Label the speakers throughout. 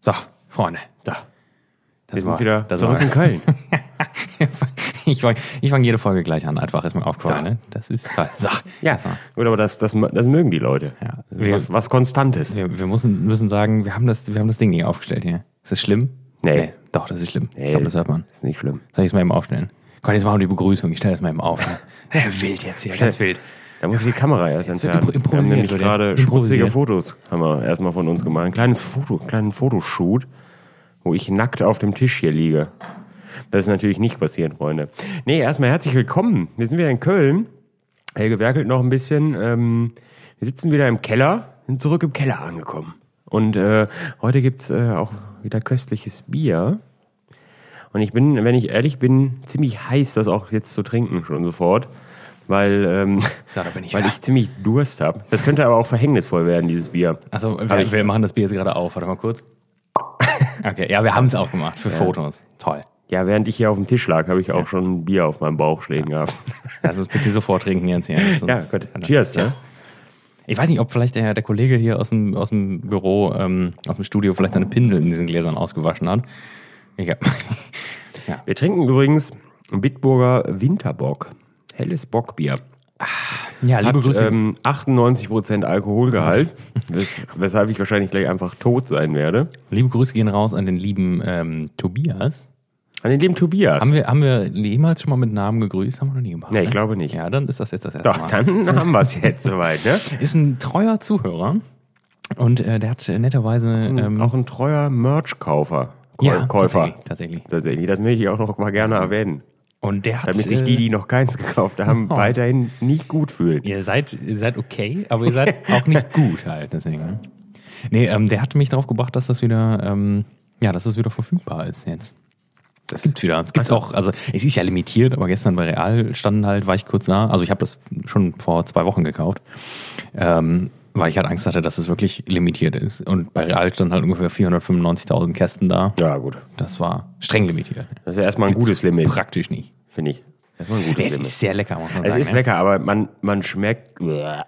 Speaker 1: So, vorne, da.
Speaker 2: Das
Speaker 1: war-
Speaker 2: sind wieder
Speaker 1: das
Speaker 2: zurück
Speaker 1: war-
Speaker 2: in Köln.
Speaker 1: Ich fange ich fang jede Folge gleich an, einfach ist mir aufgefallen.
Speaker 2: So.
Speaker 1: Ne? Das ist toll. So,
Speaker 2: ja,
Speaker 1: So.
Speaker 2: gut, aber das, das, das mögen die Leute.
Speaker 1: Ja.
Speaker 2: Das ist Was, was Konstantes.
Speaker 1: Wir, wir müssen, müssen sagen, wir haben, das, wir haben das Ding nie aufgestellt hier. Ist das schlimm?
Speaker 2: Nee.
Speaker 1: Doch, das ist schlimm. Ich
Speaker 2: Nee.
Speaker 1: glaube, das hört man.
Speaker 2: Ist nicht schlimm.
Speaker 1: Soll ich es mal eben aufstellen? Komm, jetzt machen wir die Begrüßung. Ich stelle das mal eben auf. Ne? Ja, wild jetzt hier, ganz wild.
Speaker 2: Da muss ich die Kamera erst
Speaker 1: Jetzt wird
Speaker 2: entfernen.
Speaker 1: impro-
Speaker 2: wir haben
Speaker 1: improvisiert,
Speaker 2: nämlich
Speaker 1: oder?
Speaker 2: gerade
Speaker 1: Jetzt
Speaker 2: schmutzige
Speaker 1: improvisiert.
Speaker 2: Fotos haben wir erstmal von uns gemacht. Ein kleines Foto, einen kleinen Fotoshoot, wo ich nackt auf dem Tisch hier liege. Das ist natürlich nicht passiert, Freunde. Nee, erstmal herzlich willkommen. Wir sind wieder in Köln. Helge werkelt noch ein bisschen. Ähm, wir sitzen wieder im Keller, sind zurück im Keller angekommen. Und äh, heute gibt's äh, auch wieder köstliches Bier. Und ich bin, wenn ich ehrlich bin, ziemlich heiß, das auch jetzt zu trinken schon sofort. Weil, ähm,
Speaker 1: So, da bin ich
Speaker 2: weil
Speaker 1: wieder.
Speaker 2: ich ziemlich Durst habe. Das könnte aber auch verhängnisvoll werden, dieses Bier.
Speaker 1: Also,
Speaker 2: Aber
Speaker 1: wir,
Speaker 2: ich-
Speaker 1: wir machen das Bier jetzt gerade auf. Warte mal kurz. Okay, ja, wir haben es auch gemacht für Fotos. Toll.
Speaker 2: Ja, während ich hier auf dem Tisch lag, habe ich auch schon ein Bier auf meinem Bauch stehen gehabt.
Speaker 1: Lass uns bitte sofort trinken jetzt hier.
Speaker 2: Ja,
Speaker 1: sonst-
Speaker 2: gut. Cheers. Ne?
Speaker 1: Ich weiß nicht, ob vielleicht der, der Kollege hier aus dem, aus dem Büro, ähm, aus dem Studio vielleicht seine Pinsel in diesen Gläsern ausgewaschen hat. Ich hab,
Speaker 2: Wir trinken übrigens Bitburger Winterbock. Helles Bockbier.
Speaker 1: ja, liebe
Speaker 2: Hat
Speaker 1: Grüße.
Speaker 2: ähm, 98% Alkoholgehalt, wes weshalb ich wahrscheinlich gleich einfach tot sein werde.
Speaker 1: Liebe Grüße gehen raus an den lieben ähm, Tobias.
Speaker 2: An dem Tobias.
Speaker 1: Haben wir, haben wir jemals schon mal mit Namen gegrüßt? Haben wir noch nie gemacht. ne?
Speaker 2: Nee, ich glaube nicht.
Speaker 1: Ja, dann ist das jetzt das erste
Speaker 2: Doch,
Speaker 1: Mal.
Speaker 2: dann haben wir es jetzt soweit. Ne?
Speaker 1: Ist ein treuer Zuhörer und äh, der hat äh, netterweise ähm,
Speaker 2: Auch ein treuer Merch-Kaufer. Käu- Käufer.
Speaker 1: Tatsächlich, tatsächlich.
Speaker 2: Tatsächlich, das möchte ich auch noch mal gerne erwähnen.
Speaker 1: Und der hat
Speaker 2: Damit sich die, die noch keins gekauft haben,
Speaker 1: äh, Oh.
Speaker 2: weiterhin nicht gut fühlen.
Speaker 1: Ihr seid, ihr seid okay, aber ihr seid auch nicht gut halt, deswegen. Ne? Nee, ähm, der hat mich drauf gebracht, dass das wieder, ähm, ja, dass das wieder verfügbar ist jetzt. Das gibt's wieder. Es gibt's auch, also es ist ja limitiert, aber gestern bei Real standen halt, war ich kurz nah. Also ich habe das schon vor zwei Wochen gekauft, ähm, weil ich halt Angst hatte, dass es wirklich limitiert ist. Und bei Real standen halt ungefähr 495.000 Kästen da.
Speaker 2: Ja, gut.
Speaker 1: Das war streng limitiert.
Speaker 2: Das ist ja erstmal ein gutes Limit,
Speaker 1: Praktisch nicht.
Speaker 2: finde ich. Erstmal ein gutes
Speaker 1: Es
Speaker 2: Limit.
Speaker 1: ist sehr lecker, muss man
Speaker 2: Es
Speaker 1: sagen.
Speaker 2: ist
Speaker 1: ne?
Speaker 2: lecker, aber man, man schmeckt,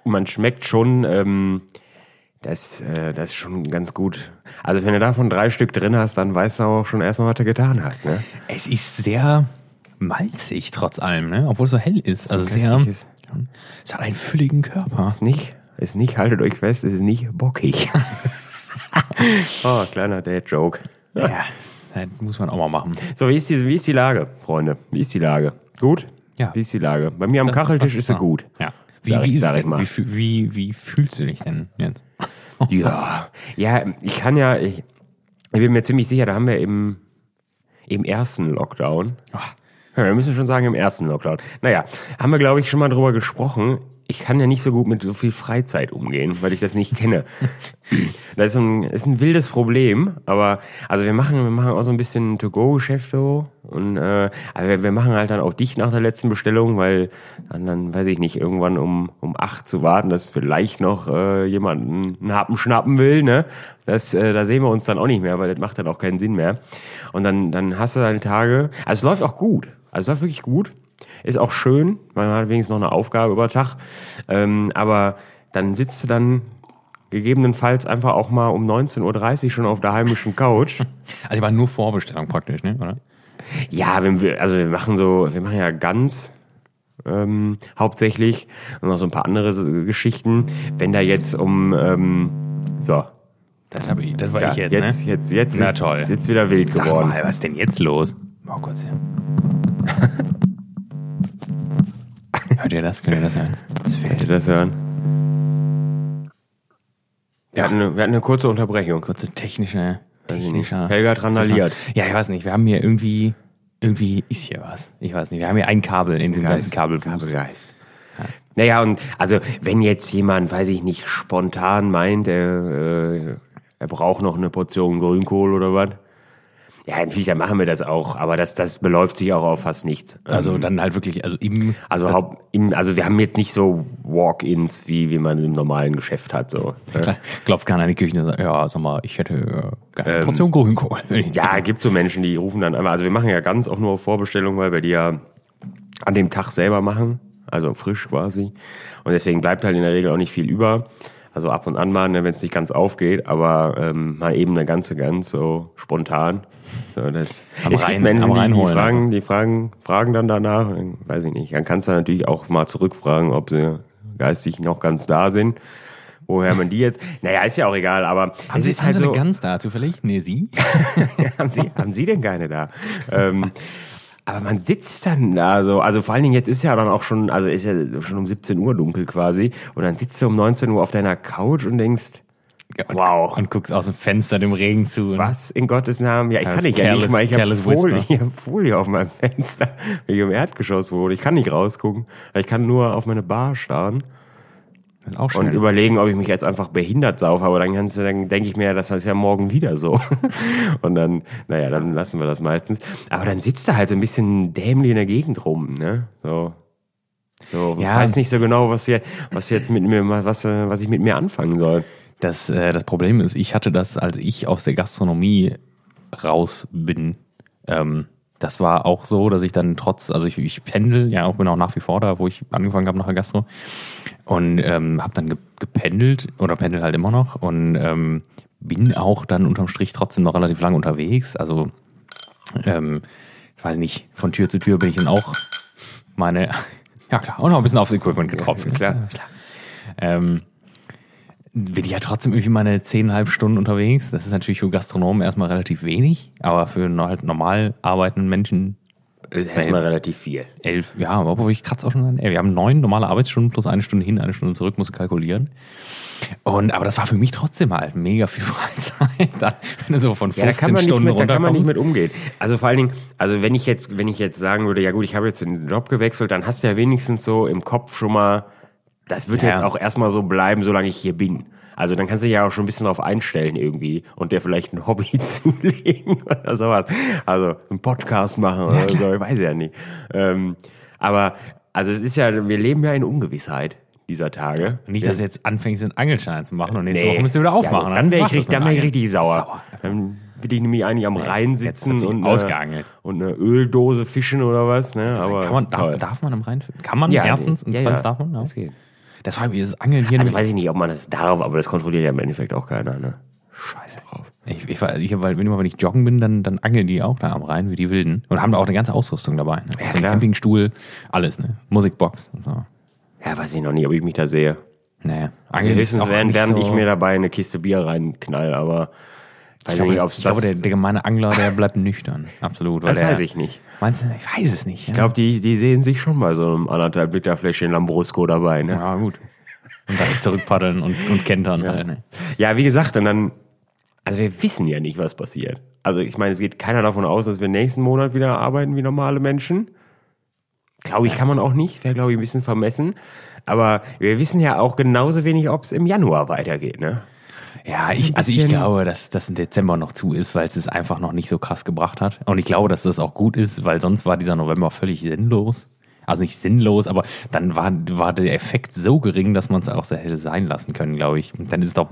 Speaker 2: man schmeckt schon, ähm, das, äh, das ist schon ganz gut. Also wenn du davon drei Stück drin hast, dann weißt du auch schon erstmal, was du getan hast, ne?
Speaker 1: Es ist sehr malzig trotz allem, ne? obwohl es so hell ist. Also sehr,
Speaker 2: köstlich ist.
Speaker 1: es hat einen fülligen Körper.
Speaker 2: Ist nicht, ist nicht, haltet euch fest, ist nicht bockig. oh, kleiner Dad-Joke.
Speaker 1: Ja, das muss man auch mal machen.
Speaker 2: So, wie ist, die, wie ist die Lage, Freunde? Wie ist die Lage? Gut?
Speaker 1: Ja.
Speaker 2: Wie ist die Lage? Bei mir am Kacheltisch ist sie gut.
Speaker 1: Ja. Wie,
Speaker 2: Sag ich-
Speaker 1: wie ist es
Speaker 2: sag ich
Speaker 1: denn?
Speaker 2: mal.
Speaker 1: Wie, fü- wie, wie fühlst du dich denn jetzt?
Speaker 2: Ja. Ja, ich kann ja, ich, ich bin mir ziemlich sicher, da haben wir im, im ersten Lockdown,
Speaker 1: Ach,
Speaker 2: ja, wir müssen schon sagen, im ersten Lockdown. Naja, haben wir, glaube ich, schon mal drüber gesprochen. Ich kann ja nicht so gut mit so viel Freizeit umgehen, weil ich das nicht kenne. Das ist ein, ist ein wildes Problem, aber also wir machen, wir machen auch so ein bisschen To-Go-Geschäft so und äh, aber wir, wir machen halt dann auch dicht nach der letzten Bestellung, weil dann, dann weiß ich nicht, irgendwann um, um acht zu warten, dass vielleicht noch äh, jemand einen Happen schnappen will, ne? Das, äh, da sehen wir uns dann auch nicht mehr, weil das macht dann auch keinen Sinn mehr. Und dann, dann hast du deine Tage. Also es läuft auch gut. Also es läuft wirklich gut. Ist auch schön, man hat wenigstens noch eine Aufgabe über Tag. Ähm, aber dann sitzt du dann gegebenenfalls einfach auch mal um 19.30 Uhr schon auf der heimischen Couch.
Speaker 1: also ich war nur Vorbestellung praktisch, ne? oder?
Speaker 2: ja, wenn wir, also wir machen so, wir machen ja ganz ähm, hauptsächlich und noch so ein paar andere so, Geschichten. Wenn da jetzt um ähm, so,
Speaker 1: Das, hab ich, das war
Speaker 2: ja,
Speaker 1: ich jetzt,
Speaker 2: jetzt,
Speaker 1: ne?
Speaker 2: jetzt, jetzt,
Speaker 1: Na
Speaker 2: ist,
Speaker 1: toll.
Speaker 2: ist jetzt wieder wild
Speaker 1: Sag
Speaker 2: geworden.
Speaker 1: mal, was ist denn jetzt los? Oh Gott, ja. Hört ihr das? Könnt ihr das hören? Das
Speaker 2: Könnt
Speaker 1: fehlt.
Speaker 2: ihr das hören? Wir, hatten eine, wir hatten eine kurze Unterbrechung.
Speaker 1: Kurze technische,
Speaker 2: Weiß ich nicht.
Speaker 1: technischer.
Speaker 2: Helga randaliert.
Speaker 1: Ja, ich weiß nicht. Wir haben hier irgendwie, irgendwie ist hier was. Ich weiß nicht. Wir haben hier ein Kabel in diesem ganzen Kabelfuß.
Speaker 2: Kabelgeist. Naja, und also wenn jetzt jemand, weiß ich nicht, spontan meint, er, äh, er braucht noch eine Portion Grünkohl oder was, ja, natürlich, dann machen wir das auch, aber das, das beläuft sich auch auf fast nichts.
Speaker 1: Also dann halt wirklich, also im,
Speaker 2: Also, haupt, im, also wir haben jetzt nicht so Walk-ins, wie, wie man im normalen Geschäft hat. So.
Speaker 1: klopft keiner in die Küche und sagt, ja, sag mal, ich hätte äh, gerne eine Portion Grünkohl.
Speaker 2: Ähm,
Speaker 1: Mhm.
Speaker 2: Ja, gibt so Menschen, die rufen dann einmal. Also wir machen ja ganz auch nur auf Vorbestellung, weil wir die ja an dem Tag selber machen, also frisch quasi. Und deswegen bleibt halt in der Regel auch nicht viel über. Also Also ab und an mal, ne, wenn es nicht ganz aufgeht, aber ähm, mal eben eine ganze ganz so spontan. So, das,
Speaker 1: Am
Speaker 2: es
Speaker 1: Rhein-
Speaker 2: gibt Menschen,
Speaker 1: am
Speaker 2: die, die,
Speaker 1: Rheinholen
Speaker 2: fragen, die fragen, fragen dann danach, dann weiß ich nicht. Dann kannst du natürlich auch mal zurückfragen, ob sie geistig noch ganz da sind. Woher man die jetzt? Naja, ist ja auch egal, aber
Speaker 1: Haben
Speaker 2: es
Speaker 1: Sie,
Speaker 2: ist halt
Speaker 1: haben Sie
Speaker 2: so.
Speaker 1: eine Gans da zufällig? Nee, Sie?
Speaker 2: haben, Sie, haben Sie denn keine da? Ähm, aber man sitzt dann da so, also vor allen Dingen jetzt ist ja dann auch schon, also ist ja schon um 17 Uhr dunkel quasi und dann sitzt du um 19 Uhr auf deiner Couch und denkst, wow,
Speaker 1: Und guckst aus dem Fenster dem Regen zu. und-
Speaker 2: was in Gottes Namen, ja ich
Speaker 1: Ja,
Speaker 2: kann
Speaker 1: das
Speaker 2: ich ja nicht
Speaker 1: careless-
Speaker 2: mal, ich habe
Speaker 1: careless
Speaker 2: Folie,
Speaker 1: whisper.
Speaker 2: ich hab Folie auf meinem Fenster, wenn ich im Erdgeschoss wohne, ich kann nicht rausgucken, ich kann nur auf meine Bar starren
Speaker 1: Das ist auch
Speaker 2: und
Speaker 1: schön.
Speaker 2: überlegen, ob ich mich jetzt einfach behindert saufe, aber dann, kannst du- dann denke ich mir, das ist ja morgen wieder so. Und dann, naja, dann lassen wir das meistens. Aber dann sitzt er halt so ein bisschen dämlich in der Gegend rum, ne? So. So,
Speaker 1: Ja.
Speaker 2: ich weiß nicht so genau, was hier, was jetzt mit mir, was, äh, was ich mit mir anfangen soll.
Speaker 1: Das, äh, das Problem ist, ich hatte das, als ich aus der Gastronomie raus bin. Ähm, das war auch so, dass ich dann trotz, also ich, ich pendel, ja, auch bin auch nach wie vor da, wo ich angefangen habe nach der Gastro. Und ähm, habe dann ge gependelt oder pendel halt immer noch und ähm, bin auch dann unterm Strich trotzdem noch relativ lang unterwegs. Also, ähm, ich weiß nicht, von Tür zu Tür bin ich dann auch meine, ja klar, auch noch ein bisschen aufs Equipment getropft.
Speaker 2: Ja, klar.
Speaker 1: Ähm, bin ich ja trotzdem irgendwie meine zehneinhalb Stunden unterwegs. Das ist natürlich für Gastronomen erstmal relativ wenig, aber für no- halt normal arbeitenden Menschen
Speaker 2: Erstmal relativ viel.
Speaker 1: elf, ja, aber obwohl ich kratze auch schon an elf. Wir haben neun normale Arbeitsstunden plus eine Stunde hin, eine Stunde zurück, musst du kalkulieren. Und, aber das war für mich trotzdem halt mega viel Freizeit, dann, wenn du so von 15
Speaker 2: Ja, da kann man, nicht
Speaker 1: Stunden
Speaker 2: mit, da kann man
Speaker 1: runterkommst.
Speaker 2: nicht mit umgehen. Also vor allen Dingen, also wenn ich jetzt, wenn ich jetzt sagen würde, ja gut, ich habe jetzt den Job gewechselt, dann hast du ja wenigstens so im Kopf schon mal, das wird
Speaker 1: Ja.
Speaker 2: jetzt auch erstmal so bleiben, solange ich hier bin. Also dann kannst du dich ja auch schon ein bisschen drauf einstellen irgendwie und dir vielleicht ein Hobby zulegen oder sowas. Also einen Podcast machen oder so, ich weiß ja nicht. Ähm, aber also es ist ja, wir leben ja in Ungewissheit dieser Tage.
Speaker 1: Nicht, dass du jetzt anfängst, den Angelschein zu machen und nächste
Speaker 2: Nee.
Speaker 1: Woche müsst ihr wieder aufmachen.
Speaker 2: Ja, dann wäre ich,
Speaker 1: machst du es
Speaker 2: richtig- dann
Speaker 1: mit
Speaker 2: wär ich
Speaker 1: Angeln.
Speaker 2: richtig sauer. Dann will ich nämlich eigentlich am Rhein
Speaker 1: jetzt
Speaker 2: sitzen
Speaker 1: hat sich
Speaker 2: und, eine,
Speaker 1: ausgeangelt.
Speaker 2: und eine Öldose fischen oder was. Ne? Aber
Speaker 1: Kann man,
Speaker 2: toll.
Speaker 1: darf, darf man im Rhein? Kann man
Speaker 2: Ja,
Speaker 1: erstens und
Speaker 2: ja,
Speaker 1: zweitens
Speaker 2: ja.
Speaker 1: darf man? Ja.
Speaker 2: Das geht.
Speaker 1: Das war mir das Angeln hier
Speaker 2: Also
Speaker 1: nämlich-
Speaker 2: weiß ich nicht, ob man das darf, aber das kontrolliert ja im Endeffekt auch keiner. Ne? Scheiß drauf.
Speaker 1: Ich, ich, war- ich, weil, wenn, immer, wenn ich joggen bin, dann, dann angeln die auch da am Rhein wie die Wilden. Und haben da auch eine ganze Ausrüstung dabei. Ne? Also ein
Speaker 2: klar.
Speaker 1: Campingstuhl, alles, ne? Musikbox und so.
Speaker 2: Ja, weiß ich noch nicht, ob ich mich da sehe.
Speaker 1: Nee,
Speaker 2: Also
Speaker 1: Angeln
Speaker 2: höchstens
Speaker 1: auch
Speaker 2: während,
Speaker 1: nicht
Speaker 2: während
Speaker 1: so-
Speaker 2: ich mir dabei eine Kiste Bier reinknall, aber
Speaker 1: Ich
Speaker 2: weiß
Speaker 1: glaube,
Speaker 2: nicht, ob
Speaker 1: das,
Speaker 2: es
Speaker 1: ich glaube
Speaker 2: das...
Speaker 1: der, der gemeine Angler, der bleibt nüchtern. Absolut. Weil
Speaker 2: das
Speaker 1: der,
Speaker 2: weiß ich nicht.
Speaker 1: Meinst du? Ich weiß es nicht. Ja,
Speaker 2: Ich glaube, die, die sehen sich schon bei so einem anderthalb Liter Fläschchen Lambrusco dabei. Ne?
Speaker 1: ja gut. Und dann zurückpaddeln und, und kentern halt, ne?
Speaker 2: Ja, wie gesagt, und dann, also wir wissen ja nicht, was passiert. Also ich meine, es geht keiner davon aus, dass wir nächsten Monat wieder arbeiten wie normale Menschen. Glaube ich, kann man auch nicht. Wäre, glaube ich, ein bisschen vermessen. Aber wir wissen ja auch genauso wenig, ob es im Januar weitergeht, ne?
Speaker 1: Ja, ich,
Speaker 2: ein
Speaker 1: also ich
Speaker 2: bisschen-
Speaker 1: glaube, dass das im Dezember noch zu ist, weil es es einfach noch nicht so krass gebracht hat. Und ich glaube, dass das auch gut ist, weil sonst war dieser November völlig sinnlos. Also nicht sinnlos, aber dann war, war der Effekt so gering, dass man es auch so hätte sein lassen können, glaube ich. Und dann ist doch,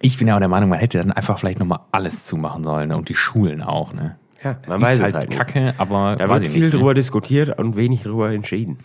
Speaker 1: ich bin ja auch der Meinung, man hätte dann einfach vielleicht nochmal alles zumachen sollen ne? und die Schulen auch. Ne?
Speaker 2: Ja,
Speaker 1: Es
Speaker 2: man
Speaker 1: ist
Speaker 2: weiß es
Speaker 1: halt
Speaker 2: halt nicht.
Speaker 1: Kacke, aber
Speaker 2: Da
Speaker 1: weiß
Speaker 2: wird
Speaker 1: ich
Speaker 2: viel
Speaker 1: nicht, ne?
Speaker 2: drüber diskutiert und wenig drüber entschieden.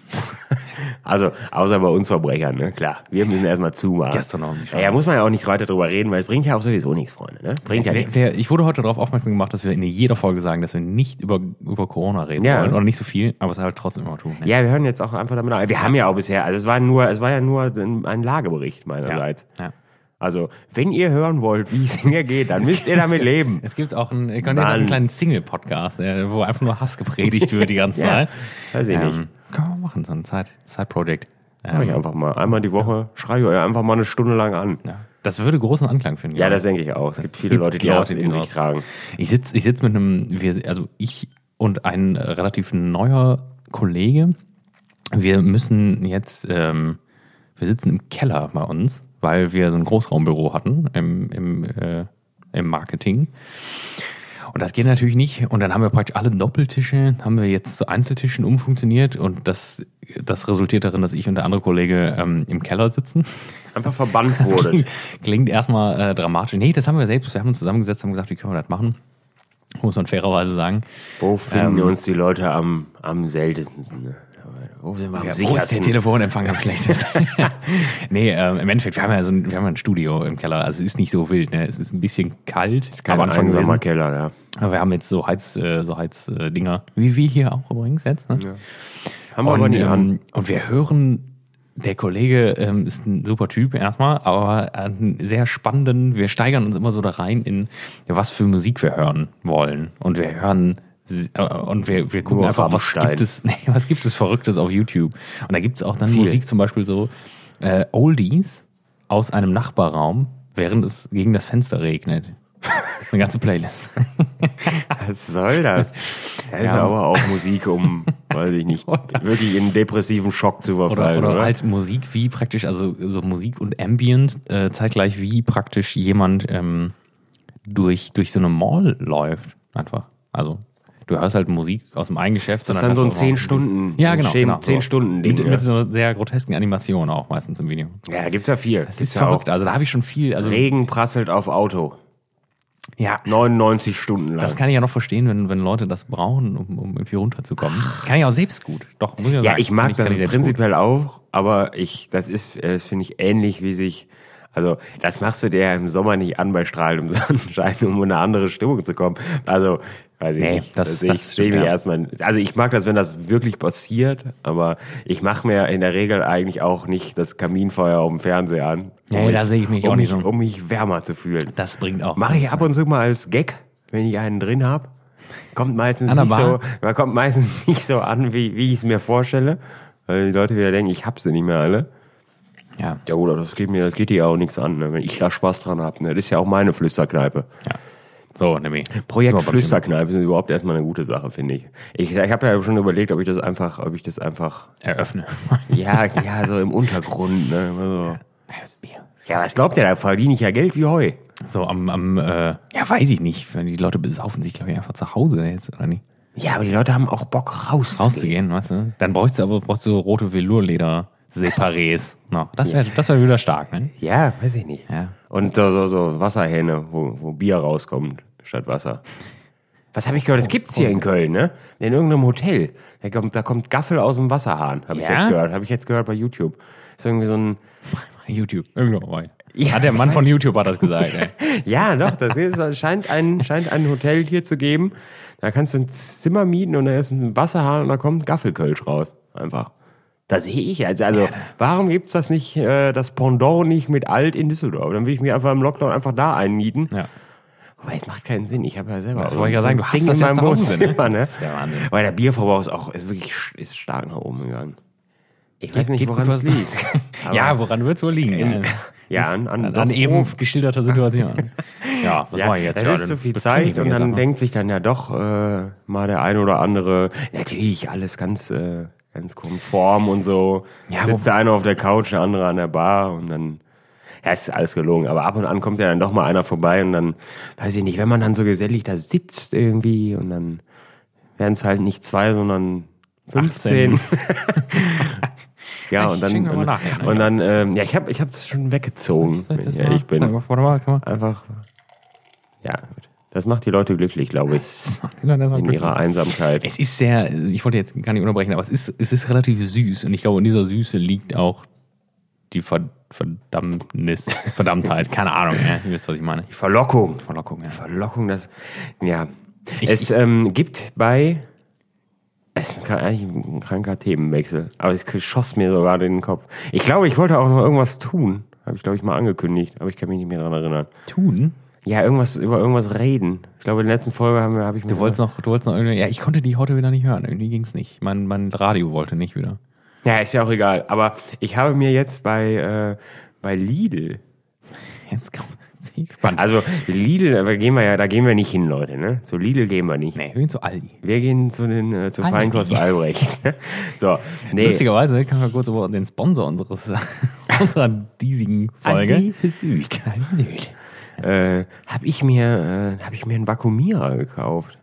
Speaker 2: also, außer bei uns Verbrechern, ne? Klar. Wir müssen erstmal zumachen.
Speaker 1: Gastronomen,
Speaker 2: Ja, muss man ja auch nicht weiter drüber reden, weil es bringt ja auch sowieso nichts, Freunde, ne? Bringt ja
Speaker 1: Wer-
Speaker 2: nichts.
Speaker 1: wer- ich wurde heute darauf aufmerksam gemacht, dass wir in jeder Folge sagen, dass wir nicht über, über Corona reden
Speaker 2: Ja.
Speaker 1: wollen. Oder nicht so viel, aber es halt trotzdem immer tun. ne?
Speaker 2: Ja, wir hören jetzt auch einfach damit auf. Wir haben ja auch bisher, also es war nur, es war ja nur ein ein Lagebericht meinerseits.
Speaker 1: ja.
Speaker 2: Also, wenn ihr hören wollt, wie es mir geht, dann müsst ihr damit
Speaker 1: Es gibt-
Speaker 2: leben.
Speaker 1: Es gibt auch einen, ihr könnt jetzt auch
Speaker 2: Mann.
Speaker 1: einen kleinen Single-Podcast, äh, wo einfach nur Hass gepredigt wird die ganze
Speaker 2: Ja,
Speaker 1: Zeit.
Speaker 2: weiß ich nicht.
Speaker 1: Ähm, können wir machen, so ein Side- Side-Project.
Speaker 2: Mach ich
Speaker 1: ähm,
Speaker 2: einfach mal. Einmal die Woche schrei ich euch einfach mal eine Stunde lang an.
Speaker 1: ja. Das würde großen Anklang finden.
Speaker 2: Ja,
Speaker 1: glaube
Speaker 2: das denke ich auch. Es gibt viele
Speaker 1: gibt
Speaker 2: Leute, die
Speaker 1: Leute,
Speaker 2: das
Speaker 1: die
Speaker 2: in sich
Speaker 1: das-
Speaker 2: tragen.
Speaker 1: Ich sitze ich sitz mit einem, wir, also ich und ein relativ neuer Kollege, wir müssen jetzt, ähm, wir sitzen im Keller bei uns, weil wir so ein Großraumbüro hatten im, im, äh, im Marketing. Und das geht natürlich nicht. Und dann haben wir praktisch alle Doppeltische, haben wir jetzt zu Einzeltischen umfunktioniert. Und das, das resultiert darin, dass ich und der andere Kollege ähm, im Keller sitzen.
Speaker 2: Einfach verbannt wurde.
Speaker 1: Klingt, klingt erstmal äh, dramatisch. Nee, das haben wir selbst. Wir haben uns zusammengesetzt und haben gesagt, wie können wir das machen? Muss man fairerweise sagen. Ähm,
Speaker 2: Wo finden uns die Leute am, am seltensten? Ne? Wo sind wir am
Speaker 1: Ja, wo ist der
Speaker 2: sichersten?
Speaker 1: Telefonempfang am schlechtesten? nee, ähm, im Endeffekt, wir haben ja so ein, wir haben ja ein Studio im Keller. Also es ist nicht so wild, ne? Es ist ein bisschen kalt.
Speaker 2: Kein
Speaker 1: am Anfang
Speaker 2: einsamer
Speaker 1: gewesen.
Speaker 2: Keller, ja.
Speaker 1: Aber wir haben jetzt so Heiz, äh, so Heizdinger, wie wir hier auch übrigens jetzt. Ne?
Speaker 2: Haben wir aber
Speaker 1: Und,
Speaker 2: nie an.
Speaker 1: ähm, und wir hören, der Kollege ähm, ist ein super Typ erstmal, aber einen sehr spannenden, wir steigern uns immer so da rein in, was für Musik wir hören wollen. Und wir hören äh, und wir, wir gucken
Speaker 2: Nur
Speaker 1: einfach, was
Speaker 2: Rammstein.
Speaker 1: gibt, es, nee, was gibt es Verrücktes auf YouTube. Und da gibt es auch dann
Speaker 2: Viel.
Speaker 1: Musik zum Beispiel so äh, Oldies aus einem Nachbarraum, während es gegen das Fenster regnet. Eine ganze Playlist.
Speaker 2: Was soll das? Das ist
Speaker 1: Ja.
Speaker 2: aber auch Musik, um, weiß ich nicht, wirklich in depressiven Schock zu
Speaker 1: Oder,
Speaker 2: verfallen,
Speaker 1: oder
Speaker 2: oder?
Speaker 1: halt Musik wie praktisch, also so Musik und Ambient äh, zeitgleich wie praktisch jemand ähm, durch, durch so eine Mall läuft. Einfach. Also du hörst halt Musik aus dem eigenen Geschäft.
Speaker 2: Das ist dann so ein
Speaker 1: hörst du auch-
Speaker 2: 10 Stunden,
Speaker 1: Ja, genau.
Speaker 2: Schema-
Speaker 1: genau
Speaker 2: 10
Speaker 1: so.
Speaker 2: Stunden Ding.
Speaker 1: Mit, mit
Speaker 2: Ja,
Speaker 1: so einer sehr grotesken Animation auch meistens im Video.
Speaker 2: ja gibt's ja viel.
Speaker 1: Das ist
Speaker 2: ja
Speaker 1: verrückt. Also da habe ich schon viel. Also
Speaker 2: Regen prasselt auf Auto.
Speaker 1: ja,
Speaker 2: 99 Stunden lang.
Speaker 1: das kann ich ja noch verstehen, wenn, wenn Leute das brauchen, um, um irgendwie runterzukommen. Kann ich auch selbst gut. Doch, muss ich
Speaker 2: ja, ich mag das
Speaker 1: im Prinzip.
Speaker 2: prinzipiell auch, aber ich, das ist, äh, das finde ich ähnlich wie sich, also das machst du dir ja im Sommer nicht an bei strahlendem Sonnenschein, um in eine andere Stimmung zu kommen. Also, weiß ich
Speaker 1: Nee,
Speaker 2: nicht. Also,
Speaker 1: das-
Speaker 2: ich,
Speaker 1: das stimmt,
Speaker 2: ich mich
Speaker 1: ja.
Speaker 2: erstmal, also ich mag das, wenn das wirklich passiert, aber ich mache mir in der Regel eigentlich auch nicht das Kaminfeuer auf dem Fernseher an.
Speaker 1: Nee, da sehe ich mich
Speaker 2: um
Speaker 1: auch nicht
Speaker 2: mich,
Speaker 1: so.
Speaker 2: um mich wärmer zu fühlen.
Speaker 1: Das bringt auch.
Speaker 2: Mache ich ab und zu mal als Gag, wenn ich einen drin habe. Kommt meistens
Speaker 1: An der
Speaker 2: nicht so,
Speaker 1: Bar?
Speaker 2: man kommt meistens nicht so an, wie, wie ich es mir vorstelle. Weil die Leute wieder denken, ich hab sie nicht mehr alle.
Speaker 1: Ja.
Speaker 2: Ja, oder das geht mir, das geht dir ja auch nichts an, ne? wenn ich da Spaß dran habe. Ne? Das ist ja auch meine Flüsterkneipe.
Speaker 1: So, nämlich. Sind wir
Speaker 2: Projekt
Speaker 1: beim Thema.
Speaker 2: Flüsterkneipe ist überhaupt erstmal eine gute Sache, finde ich. Ich, ich habe ja schon überlegt, ob ich das einfach, ob ich das einfach,
Speaker 1: Eröffne.
Speaker 2: ja, ja, so im Untergrund, ne, immer so.
Speaker 1: Bier.
Speaker 2: Ja, was glaubt ihr, da verdiene ich ja Geld wie Heu.
Speaker 1: So am, am äh, ja, weiß ich nicht. Wenn die Leute besaufen sich, glaube ich, einfach zu Hause jetzt, oder nicht?
Speaker 2: Ja, aber die Leute haben auch Bock rauszugehen.
Speaker 1: Rauszugehen, weißt du? Dann brauchst du aber brauchst du rote Velourleder-Separés. no, das wäre das wär wieder stark, ne?
Speaker 2: Ja, weiß ich nicht.
Speaker 1: Ja.
Speaker 2: Und so, so, so Wasserhähne, wo, wo Bier rauskommt statt Wasser. Was habe ich gehört? Das gibt's hier in Köln, ne? In irgendeinem Hotel. Da kommt, da kommt Gaffel aus dem Wasserhahn, habe ich
Speaker 1: Ja?
Speaker 2: jetzt gehört. Habe ich jetzt gehört bei YouTube. Ist irgendwie so ein.
Speaker 1: YouTube, irgendwo. Boy.
Speaker 2: Ja,
Speaker 1: hat der Mann von YouTube hat das gesagt, ey.
Speaker 2: Ja, doch, das ist, scheint, ein, scheint ein Hotel hier zu geben. Da kannst du ein Zimmer mieten und da ist ein Wasserhahn und da kommt Gaffelkölsch raus. Einfach. Da sehe ich. Also, also warum gibt's das nicht, äh, das Pendant nicht mit Alt in Düsseldorf? Dann will ich mir einfach im Lockdown einfach da einmieten.
Speaker 1: Ja.
Speaker 2: Wobei, es macht keinen Sinn. Ich habe ja selber.
Speaker 1: Das
Speaker 2: so-
Speaker 1: wollte ich ja sagen,
Speaker 2: so ein
Speaker 1: du hast das ja
Speaker 2: in
Speaker 1: zu
Speaker 2: meinem
Speaker 1: Hause, ne?
Speaker 2: Wohnzimmer, ne?
Speaker 1: Das ist der Wahnsinn.
Speaker 2: Weil der Bierverbrauch ist auch ist wirklich sch- ist stark nach oben gegangen. Ich weiß nicht,
Speaker 1: geht
Speaker 2: woran
Speaker 1: gut
Speaker 2: es
Speaker 1: was-
Speaker 2: liegt. Aber-
Speaker 1: ja, woran wird's wohl liegen?
Speaker 2: In-
Speaker 1: ey?
Speaker 2: ja, an, an,
Speaker 1: An, an
Speaker 2: doch
Speaker 1: eben
Speaker 2: oben.
Speaker 1: geschilderter Situation. Ja, was
Speaker 2: Ja,
Speaker 1: mache ich jetzt?
Speaker 2: das
Speaker 1: Ja,
Speaker 2: ist
Speaker 1: dann
Speaker 2: zu viel
Speaker 1: betrink ich
Speaker 2: Zeit und
Speaker 1: jetzt
Speaker 2: dann
Speaker 1: einfach.
Speaker 2: denkt sich dann ja doch äh, mal der ein oder andere, natürlich alles ganz, äh, ganz konform und so.
Speaker 1: Ja,
Speaker 2: Sitzt der eine auf der Couch, der andere an der Bar und dann, ja, es ist alles gelungen. Aber ab und an kommt ja dann doch mal einer vorbei und dann, weiß ich nicht, wenn man dann so gesellig da sitzt irgendwie und dann werden es halt nicht zwei, sondern 15. ja,
Speaker 1: Ich
Speaker 2: und dann,
Speaker 1: schenke mir mal
Speaker 2: und,
Speaker 1: nachher, ne?
Speaker 2: und dann, ähm, ja, ich habe ich hab das schon weggezogen,
Speaker 1: Soll
Speaker 2: wenn
Speaker 1: ich das
Speaker 2: ich ehrlich
Speaker 1: mal?
Speaker 2: bin
Speaker 1: Warte mal, kann man.
Speaker 2: einfach. Ja, das macht die Leute glücklich, glaube ich,
Speaker 1: So, die Leute haben
Speaker 2: in
Speaker 1: Glück.
Speaker 2: ihrer Einsamkeit.
Speaker 1: Es ist sehr, ich wollte jetzt gar nicht unterbrechen, aber es ist, es ist relativ süß und ich glaube, in dieser Süße liegt auch die Ver Verdammnis, Verdammtheit, keine Ahnung, ja, ihr wisst, was ich meine.
Speaker 2: Verlockung.
Speaker 1: Verlockung, ja.
Speaker 2: Verlockung, das. Ja.
Speaker 1: Ich-
Speaker 2: es ähm, gibt bei. Es ist eigentlich ein kranker Themenwechsel, aber es schoss mir sogar in den Kopf. Ich glaube, ich wollte auch noch irgendwas tun. Habe ich, glaube ich, mal angekündigt, aber ich kann mich nicht mehr daran erinnern.
Speaker 1: Tun?
Speaker 2: Ja, irgendwas über irgendwas reden. Ich glaube, in der letzten Folge haben wir, habe ich mir.
Speaker 1: Du wolltest noch, du wolltest noch irgendwie, ja, ich konnte die heute wieder nicht hören, irgendwie ging's nicht. Mein, mein Radio wollte nicht wieder.
Speaker 2: Ja, ist ja auch egal. Aber ich habe mir jetzt bei, äh, bei Lidl
Speaker 1: Jetzt kommt, jetzt bin ich gespannt. Also,
Speaker 2: Also Lidl, da gehen wir ja, da gehen wir nicht hin, Leute. Ne? Zu Lidl gehen wir nicht.
Speaker 1: nee, Ah, wir gehen zu Aldi.
Speaker 2: Wir gehen zu den äh, zu
Speaker 1: Aldi.
Speaker 2: Feinkost Albrecht. so, nee.
Speaker 1: Lustigerweise können wir kurz über den Sponsor unseres, unserer diesigen Folge.
Speaker 2: Aldi Süd.
Speaker 1: Aldi.
Speaker 2: Äh, hab ich mir, äh, hab ich mir einen Vakuumierer gekauft.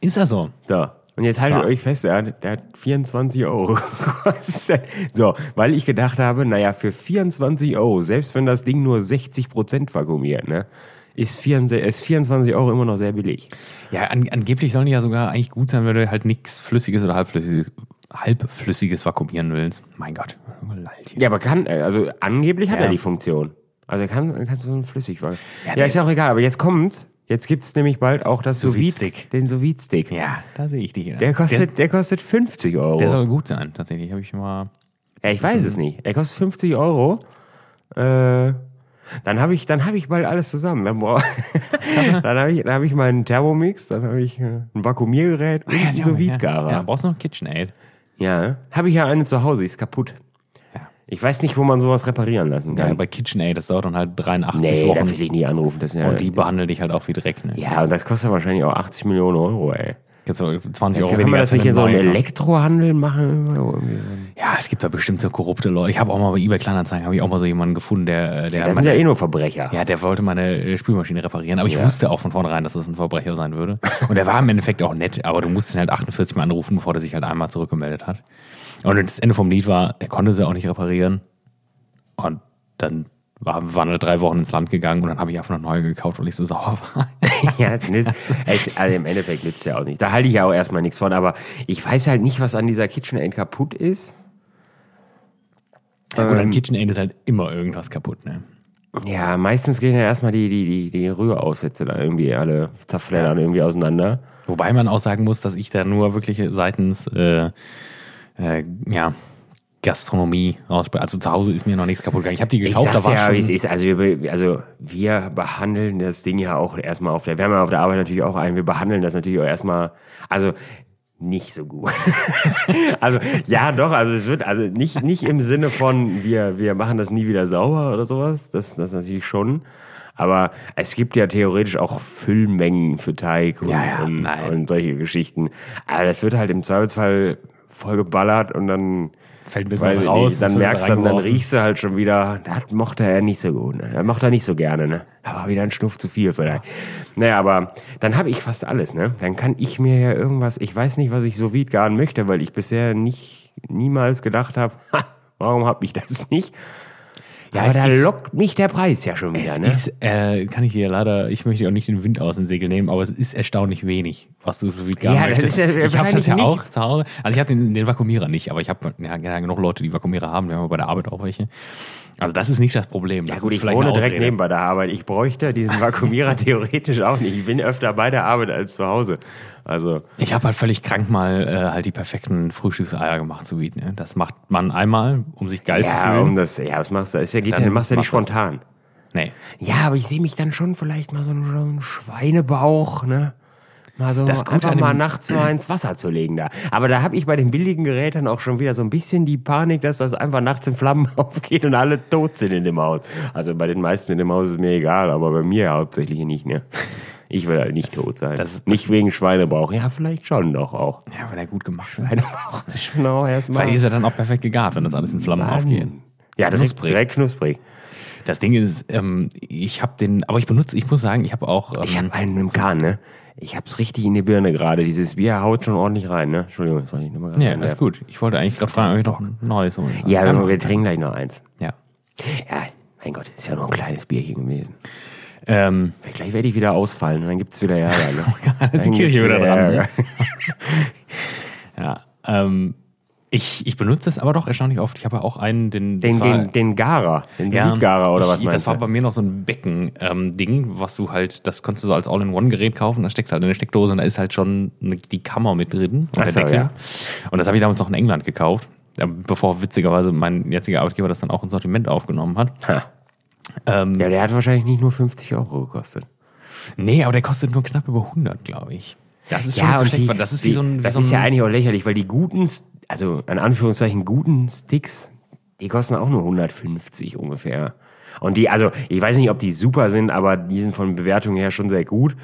Speaker 1: Ist das so?
Speaker 2: So. Und jetzt haltet
Speaker 1: So.
Speaker 2: euch fest, der hat, der hat 24 Euro gekostet. So, weil ich gedacht habe, naja, für 24 Euro, selbst wenn das Ding nur 60% vakuumiert, ne, ist 24, ist 24 Euro immer noch sehr billig.
Speaker 1: Ja, an, angeblich sollen die ja sogar eigentlich gut sein, wenn du halt nichts Flüssiges oder Halbflüssiges, halbflüssiges vakuumieren willst. Mein Gott. Lallt hier.
Speaker 2: Ja, aber kann, äh, also angeblich hat
Speaker 1: Ja.
Speaker 2: er die Funktion. Also er kann, er kann so ein Flüssigwagen. Ja,
Speaker 1: der-
Speaker 2: ist ja auch egal, aber jetzt kommt's. Jetzt gibt's nämlich bald auch das
Speaker 1: Sous Vide
Speaker 2: Sous-Vide-
Speaker 1: Stick.
Speaker 2: den Sous-Vide-Stick.
Speaker 1: Ja, da sehe ich dich. ja.
Speaker 2: Der kostet,
Speaker 1: Der,
Speaker 2: der, kostet 50 Euro.
Speaker 1: der soll gut sein, tatsächlich. Habe ich mal.
Speaker 2: ja, ich weiß es nicht. Er kostet 50 Euro. Äh, dann habe ich, dann habe ich bald alles zusammen. Dann, brauch- dann habe ich, dann habe ich meinen Thermomix, dann habe ich äh, ein Vakuumiergerät und einen sous vide
Speaker 1: Ah ja, ja,
Speaker 2: ja,
Speaker 1: brauchst du noch KitchenAid.
Speaker 2: ja. habe ich ja eine zu Hause, ist kaputt.
Speaker 1: Ja.
Speaker 2: Ich weiß nicht, wo man sowas reparieren lassen
Speaker 1: Ja,
Speaker 2: kann.
Speaker 1: bei KitchenAid, das dauert dann halt 83
Speaker 2: nee, da
Speaker 1: Wochen.
Speaker 2: will ich nie anrufen. Das ist ja,
Speaker 1: Und die behandeln dich halt auch wie Dreck. Ne?
Speaker 2: ja, und das kostet wahrscheinlich auch 80 Millionen Euro, ey.
Speaker 1: Jetzt so 20 Euro
Speaker 2: Kann
Speaker 1: weniger
Speaker 2: man
Speaker 1: als
Speaker 2: das nicht in so einem ne?
Speaker 1: einem neuen.
Speaker 2: Elektrohandel machen? Irgendwie so.
Speaker 1: Ja, es gibt da bestimmt so korrupte Leute. Ich habe auch mal bei eBay Kleinanzeigen habe ich auch mal so jemanden gefunden, der äh, der
Speaker 2: Das sind ja eh nur Verbrecher.
Speaker 1: ja, der wollte meine äh, Spülmaschine reparieren, aber ich wusste auch von vornherein, dass das ein Verbrecher sein würde. Und er war im Endeffekt auch nett, aber du musst ihn halt 48 Mal anrufen, bevor der sich halt einmal zurückgemeldet hat. Und das Ende vom Lied war, er konnte sie auch nicht reparieren. Und dann war, waren wir drei Wochen ins Land gegangen und dann habe ich einfach eine neue gekauft, weil ich so sauer war.
Speaker 2: Ja, es nützt, es, also im Endeffekt nützt ja auch nicht. Da halte ich ja auch erstmal nichts von, aber ich weiß halt nicht, was an dieser KitchenAid kaputt ist.
Speaker 1: Und
Speaker 2: Ähm.
Speaker 1: am KitchenAid ist halt immer irgendwas kaputt, ne?
Speaker 2: Ja, meistens gehen ja erstmal die, die, die, die Rühraussätze da irgendwie alle zerfleddern irgendwie auseinander.
Speaker 1: Wobei man auch sagen muss, dass ich da nur wirklich seitens äh, äh, ja, Gastronomie raus. Also zu Hause ist mir noch nichts kaputt gegangen. Ich habe die
Speaker 2: Ich
Speaker 1: gekauft, da
Speaker 2: sag's
Speaker 1: war
Speaker 2: ja, wie es
Speaker 1: schon.
Speaker 2: ist. Also wir, also wir behandeln das Ding ja auch erstmal auf der, wir haben ja auf der Arbeit natürlich auch einen, wir behandeln das natürlich auch erstmal, also nicht so gut. also ja, doch, also es wird, also nicht, nicht im Sinne von, wir, wir machen das nie wieder sauber oder sowas, das, das natürlich schon. Aber es gibt ja theoretisch auch Füllmengen für Teig und,
Speaker 1: Ja, ja,
Speaker 2: und,
Speaker 1: nein.
Speaker 2: und solche Geschichten. Aber das wird halt im Zweifelsfall vollgeballert und dann
Speaker 1: Fällt ein bisschen
Speaker 2: Weiß
Speaker 1: was
Speaker 2: ich
Speaker 1: raus.
Speaker 2: nicht. Dann
Speaker 1: das wird
Speaker 2: merkst du, dann, dann
Speaker 1: reingeworfen.
Speaker 2: riechst du halt schon wieder, das mochte er nicht so gut. Ne? Das mochte er nicht so gerne, ne? Aber wieder ein Schnuff zu viel vielleicht. Naja, aber dann habe ich fast alles, ne? Dann kann ich mir ja irgendwas, ich weiß nicht, was ich so weit garen möchte, weil ich bisher nicht, niemals gedacht habe, warum habe ich das nicht?
Speaker 1: Ja,
Speaker 2: aber
Speaker 1: es
Speaker 2: da
Speaker 1: ist-
Speaker 2: lockt mich der Preis ja schon wieder,
Speaker 1: Es
Speaker 2: ne?
Speaker 1: ist, äh, kann ich dir leider, ich möchte dir auch nicht den Wind aus den Segeln nehmen, aber es ist erstaunlich wenig, was du so wie gar
Speaker 2: Ja, das
Speaker 1: möchtest.
Speaker 2: ist ja
Speaker 1: ich habe das
Speaker 2: wahrscheinlich
Speaker 1: ja
Speaker 2: nicht.
Speaker 1: auch zu Hause. Also ich habe den, den Vakuumierer nicht, aber ich habe ja, ja, genug Leute, die Vakuumierer haben. Wir haben ja bei der Arbeit auch welche. Also das ist nicht das Problem.
Speaker 2: Ja
Speaker 1: Das
Speaker 2: gut,
Speaker 1: ist
Speaker 2: ich
Speaker 1: vielleicht
Speaker 2: wohne
Speaker 1: eine
Speaker 2: direkt
Speaker 1: Ausrede.
Speaker 2: nebenbei der Arbeit. Ich bräuchte diesen Vakuumierer theoretisch auch nicht. Ich bin öfter bei der Arbeit als zu Hause. Also,
Speaker 1: Ich habe halt völlig krank mal äh, halt die perfekten Frühstückseier gemacht zu bieten. Ne? Das macht man einmal, um sich geil zu
Speaker 2: ja,
Speaker 1: fühlen.
Speaker 2: um das, ja, was machst du? Ist ja, geht
Speaker 1: Dann
Speaker 2: ja, machst du ja nicht
Speaker 1: machst du's.
Speaker 2: spontan.
Speaker 1: nee.
Speaker 2: Ja, aber ich sehe mich dann schon vielleicht mal so einen, so einen Schweinebauch, ne? Mal so
Speaker 1: Das Gute
Speaker 2: einfach
Speaker 1: an dem-
Speaker 2: mal nachts mal ins Wasser zu legen da. Aber da habe ich bei den billigen Geräten auch schon wieder so ein bisschen die Panik, dass das einfach nachts in Flammen aufgeht und alle tot sind in dem Haus. Also bei den meisten in dem Haus ist mir egal, aber bei mir hauptsächlich nicht, ne? Ich will halt nicht tot sein.
Speaker 1: das- das-
Speaker 2: nicht wegen Schweinebauch. Ja, vielleicht schon doch auch.
Speaker 1: Ja, weil er gut gemacht
Speaker 2: Halt
Speaker 1: hat.
Speaker 2: Schweinebauch ist schon auch erstmal.
Speaker 1: Weil ist er dann auch perfekt gegart, wenn das alles in Flammen aufgeht.
Speaker 2: Ja, direkt
Speaker 1: Knusprig.
Speaker 2: direkt knusprig.
Speaker 1: Das Ding ist, ähm, ich habe den, aber ich benutze, ich muss sagen, ich habe auch, ähm,
Speaker 2: Ich habe einen im Kahn, ne? Ich hab's richtig in die Birne gerade. Dieses Bier haut schon ordentlich rein, ne? Entschuldigung, das wollte ich nochmal gerade
Speaker 1: ja,
Speaker 2: sagen,
Speaker 1: alles
Speaker 2: ja.
Speaker 1: gut. Ich wollte eigentlich gerade fragen, ob ich noch ein neues holen kann.
Speaker 2: Ja, wir, wir trinken gleich noch eins.
Speaker 1: ja.
Speaker 2: Ja, mein Gott, ist ja nur ein kleines Bierchen gewesen.
Speaker 1: Ähm,
Speaker 2: Gleich werde ich wieder ausfallen und dann gibt's wieder Ärger, ne?
Speaker 1: Oh da ist die
Speaker 2: Dann
Speaker 1: Kirche
Speaker 2: gibt's
Speaker 1: wieder dran. ne?
Speaker 2: Ärger.
Speaker 1: Ja, ähm, ich, ich benutze das aber doch erstaunlich oft. Ich habe ja auch einen, den, das
Speaker 2: Den,
Speaker 1: war-
Speaker 2: den, den Garer, den
Speaker 1: Ja,
Speaker 2: Südgarer oder
Speaker 1: ich,
Speaker 2: was
Speaker 1: Das
Speaker 2: meinst
Speaker 1: war
Speaker 2: du?
Speaker 1: bei mir noch so ein Becken-Ding, was du halt, das konntest du so als All-in-One-Gerät kaufen, da steckst du halt in eine Steckdose und da ist halt schon eine, die Kammer mit drin und
Speaker 2: Ach so,
Speaker 1: der Deckel.
Speaker 2: ja.
Speaker 1: Und das habe ich damals noch in England gekauft, äh, bevor witzigerweise mein jetziger Arbeitgeber das dann auch ins Sortiment aufgenommen hat.
Speaker 2: Ha. ja, der hat wahrscheinlich nicht nur 50 Euro gekostet.
Speaker 1: Nee, aber der kostet nur knapp über 100, glaube ich. Das ist schon so schlecht, weil das ist wie
Speaker 2: die,
Speaker 1: so ein... Wie
Speaker 2: das
Speaker 1: so ein
Speaker 2: ist ja eigentlich auch lächerlich, weil die guten, S- also in Anführungszeichen guten Sticks, die kosten auch nur 150 ungefähr. Und die, also ich weiß nicht, ob die super sind, aber die sind von Bewertung her schon sehr gut.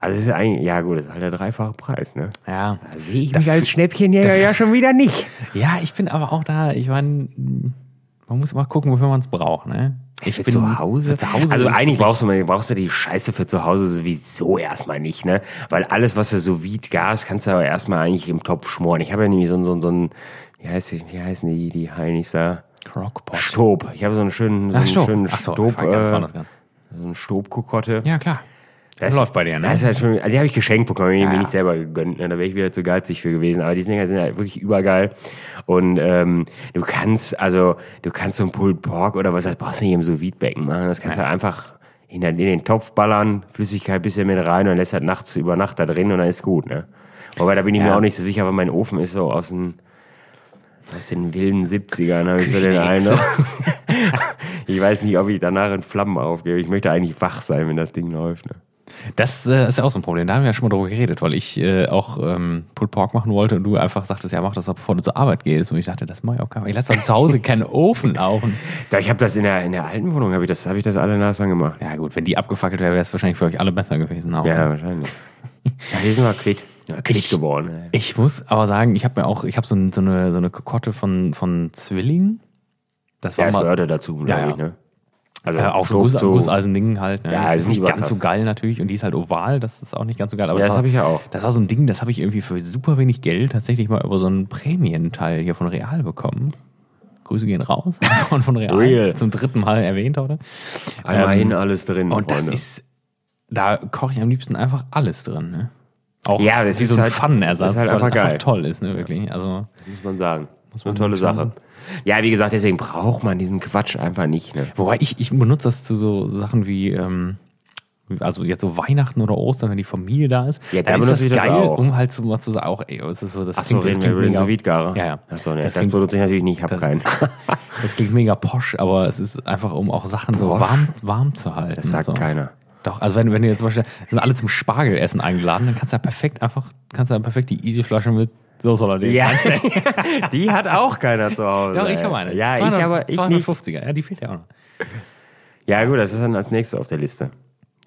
Speaker 2: Also es ist ja eigentlich, ja gut, das ist halt der dreifache Preis, ne?
Speaker 1: ja.
Speaker 2: Da sehe ich mich
Speaker 1: Dafür-
Speaker 2: als Schnäppchenjäger ja schon wieder nicht.
Speaker 1: ja, ich bin aber auch da, ich meine, man muss mal gucken, wofür man es braucht, ne? Ich
Speaker 2: Für zu Hause?
Speaker 1: für zu Hause
Speaker 2: also
Speaker 1: ist wirklich-
Speaker 2: eigentlich brauchst du, brauchst du die Scheiße für zu Hause sowieso erstmal nicht, ne? Weil alles, was du so wie Gas, kannst du aber erstmal eigentlich im Topf schmoren. Ich habe ja nämlich so ein, so ein, so ein wie, heißt die, wie heißen die, die Heinis da?
Speaker 1: Crockpot.
Speaker 2: Stob. Ich habe so einen schönen, so einen schönen
Speaker 1: Ach so,
Speaker 2: Stob,
Speaker 1: fuck, ja, das war
Speaker 2: äh,
Speaker 1: das gar nicht.
Speaker 2: so einen Stobkokotte.
Speaker 1: Ja, klar.
Speaker 2: Das
Speaker 1: läuft bei dir, ne?
Speaker 2: Das ist halt schon, also die habe ich geschenkt bekommen, die
Speaker 1: Ja,
Speaker 2: mir
Speaker 1: ja.
Speaker 2: nicht selber gegönnt. Ne? Da wäre ich wieder zu geizig für gewesen. Aber die Dinger sind halt wirklich übergeil. Und ähm, du kannst, also du kannst so ein Pulled Pork oder was, das brauchst du nicht im sous vide becken machen. Das kannst du einfach in, den- in den Topf ballern, Flüssigkeit bisschen mit rein und lässt das nachts über Nacht da drin und dann ist gut, ne? Wobei, da bin ich
Speaker 1: Ja.
Speaker 2: mir auch nicht so sicher, weil mein Ofen ist so aus den, aus den wilden 70ern, habe ich so den
Speaker 1: Küchenexe.
Speaker 2: Eindruck. Ich weiß nicht, ob ich danach in Flammen aufgehe. Ich möchte eigentlich wach sein, wenn das Ding läuft, ne?
Speaker 1: Das äh, ist ja auch so ein Problem. Da haben wir ja schon mal drüber geredet, weil ich äh, auch ähm, Pulled Pork machen wollte und du einfach sagtest, ja, mach das, doch, bevor du zur Arbeit gehst. Und ich dachte, das mache ich auch gar nicht. Ich lasse doch zu Hause keinen Ofen laufen.
Speaker 2: Da, ich habe das in der, in der alten Wohnung, habe ich, das- hab ich das alle naslang gemacht.
Speaker 1: Ja gut, wenn die abgefackelt wäre, wäre es wahrscheinlich für euch alle besser gewesen. ne? Aber
Speaker 2: Ja, wahrscheinlich. Ja, hier sind wir quitt. Ja, quitt
Speaker 1: Ich-
Speaker 2: geworden. ey.
Speaker 1: Ich muss aber sagen, ich habe mir auch, ich habe so, ein- so, eine, so eine Kokotte von, von Zwillingen. Das war
Speaker 2: Ja, das
Speaker 1: mal
Speaker 2: gehörte dazu, glaube
Speaker 1: Ja,
Speaker 2: ich,
Speaker 1: ja.
Speaker 2: ne? Also,
Speaker 1: äh, auch so
Speaker 2: Stoß
Speaker 1: Guss,
Speaker 2: zu-
Speaker 1: Gusseisen-Ding halt. Ne?
Speaker 2: Ja,
Speaker 1: das
Speaker 2: das
Speaker 1: ist
Speaker 2: ist
Speaker 1: nicht ganz
Speaker 2: überkrass.
Speaker 1: so geil natürlich und die ist halt oval, das ist auch nicht ganz so geil. Aber
Speaker 2: Ja, das
Speaker 1: war-
Speaker 2: hab ich ja auch.
Speaker 1: Das war so ein Ding, das habe ich irgendwie für super wenig Geld tatsächlich mal über so einen Prämienteil hier von Real bekommen. Grüße gehen raus von, von Real,
Speaker 2: Real.
Speaker 1: zum dritten Mal erwähnt, oder?
Speaker 2: Einmal
Speaker 1: ähm,
Speaker 2: hin, alles drin.
Speaker 1: Und das
Speaker 2: Freunde.
Speaker 1: ist, da koche ich am liebsten einfach alles drin. Ne? Auch
Speaker 2: Ja, das
Speaker 1: wie
Speaker 2: ist
Speaker 1: so ein
Speaker 2: halt-
Speaker 1: Pfannenersatz,
Speaker 2: das ist halt
Speaker 1: weil es
Speaker 2: einfach geil.
Speaker 1: toll ist, ne, wirklich. Also
Speaker 2: muss man sagen. Muss
Speaker 1: man
Speaker 2: Eine tolle
Speaker 1: schon-
Speaker 2: Sache. Ja, wie gesagt, deswegen braucht man diesen Quatsch einfach nicht, ne?
Speaker 1: Wobei ich, ich benutze das zu so Sachen wie, ähm, also jetzt so Weihnachten oder Ostern, wenn die Familie da ist.
Speaker 2: Ja, da
Speaker 1: dann ist das
Speaker 2: benutze ich das
Speaker 1: geil,
Speaker 2: auch.
Speaker 1: um halt so mal zu sagen, auch, ey, das ist so, das
Speaker 2: Achso,
Speaker 1: das
Speaker 2: reden wir über den sous garer
Speaker 1: Ja, ja.
Speaker 2: Achso, ne,
Speaker 1: Das
Speaker 2: das,
Speaker 1: klingt-
Speaker 2: benutze ich natürlich nicht, ich habe
Speaker 1: das-
Speaker 2: keinen.
Speaker 1: das klingt mega posch, aber es ist einfach, um auch Sachen so
Speaker 2: Posch?
Speaker 1: warm, warm zu halten.
Speaker 2: Das sagt
Speaker 1: so.
Speaker 2: keiner.
Speaker 1: Doch, also wenn, wenn du jetzt zum Beispiel, sind alle zum Spargelessen eingeladen, dann kannst du ja perfekt einfach, kannst du ja perfekt die Easy-Flasche mit Soße oder
Speaker 2: Ja, die hat auch keiner zu Hause.
Speaker 1: Doch, ich
Speaker 2: ey.
Speaker 1: habe eine.
Speaker 2: Ja, ich aber ich nicht.
Speaker 1: 250er, ja, die fehlt ja auch noch.
Speaker 2: Ja, gut, das ist dann als nächstes auf der Liste.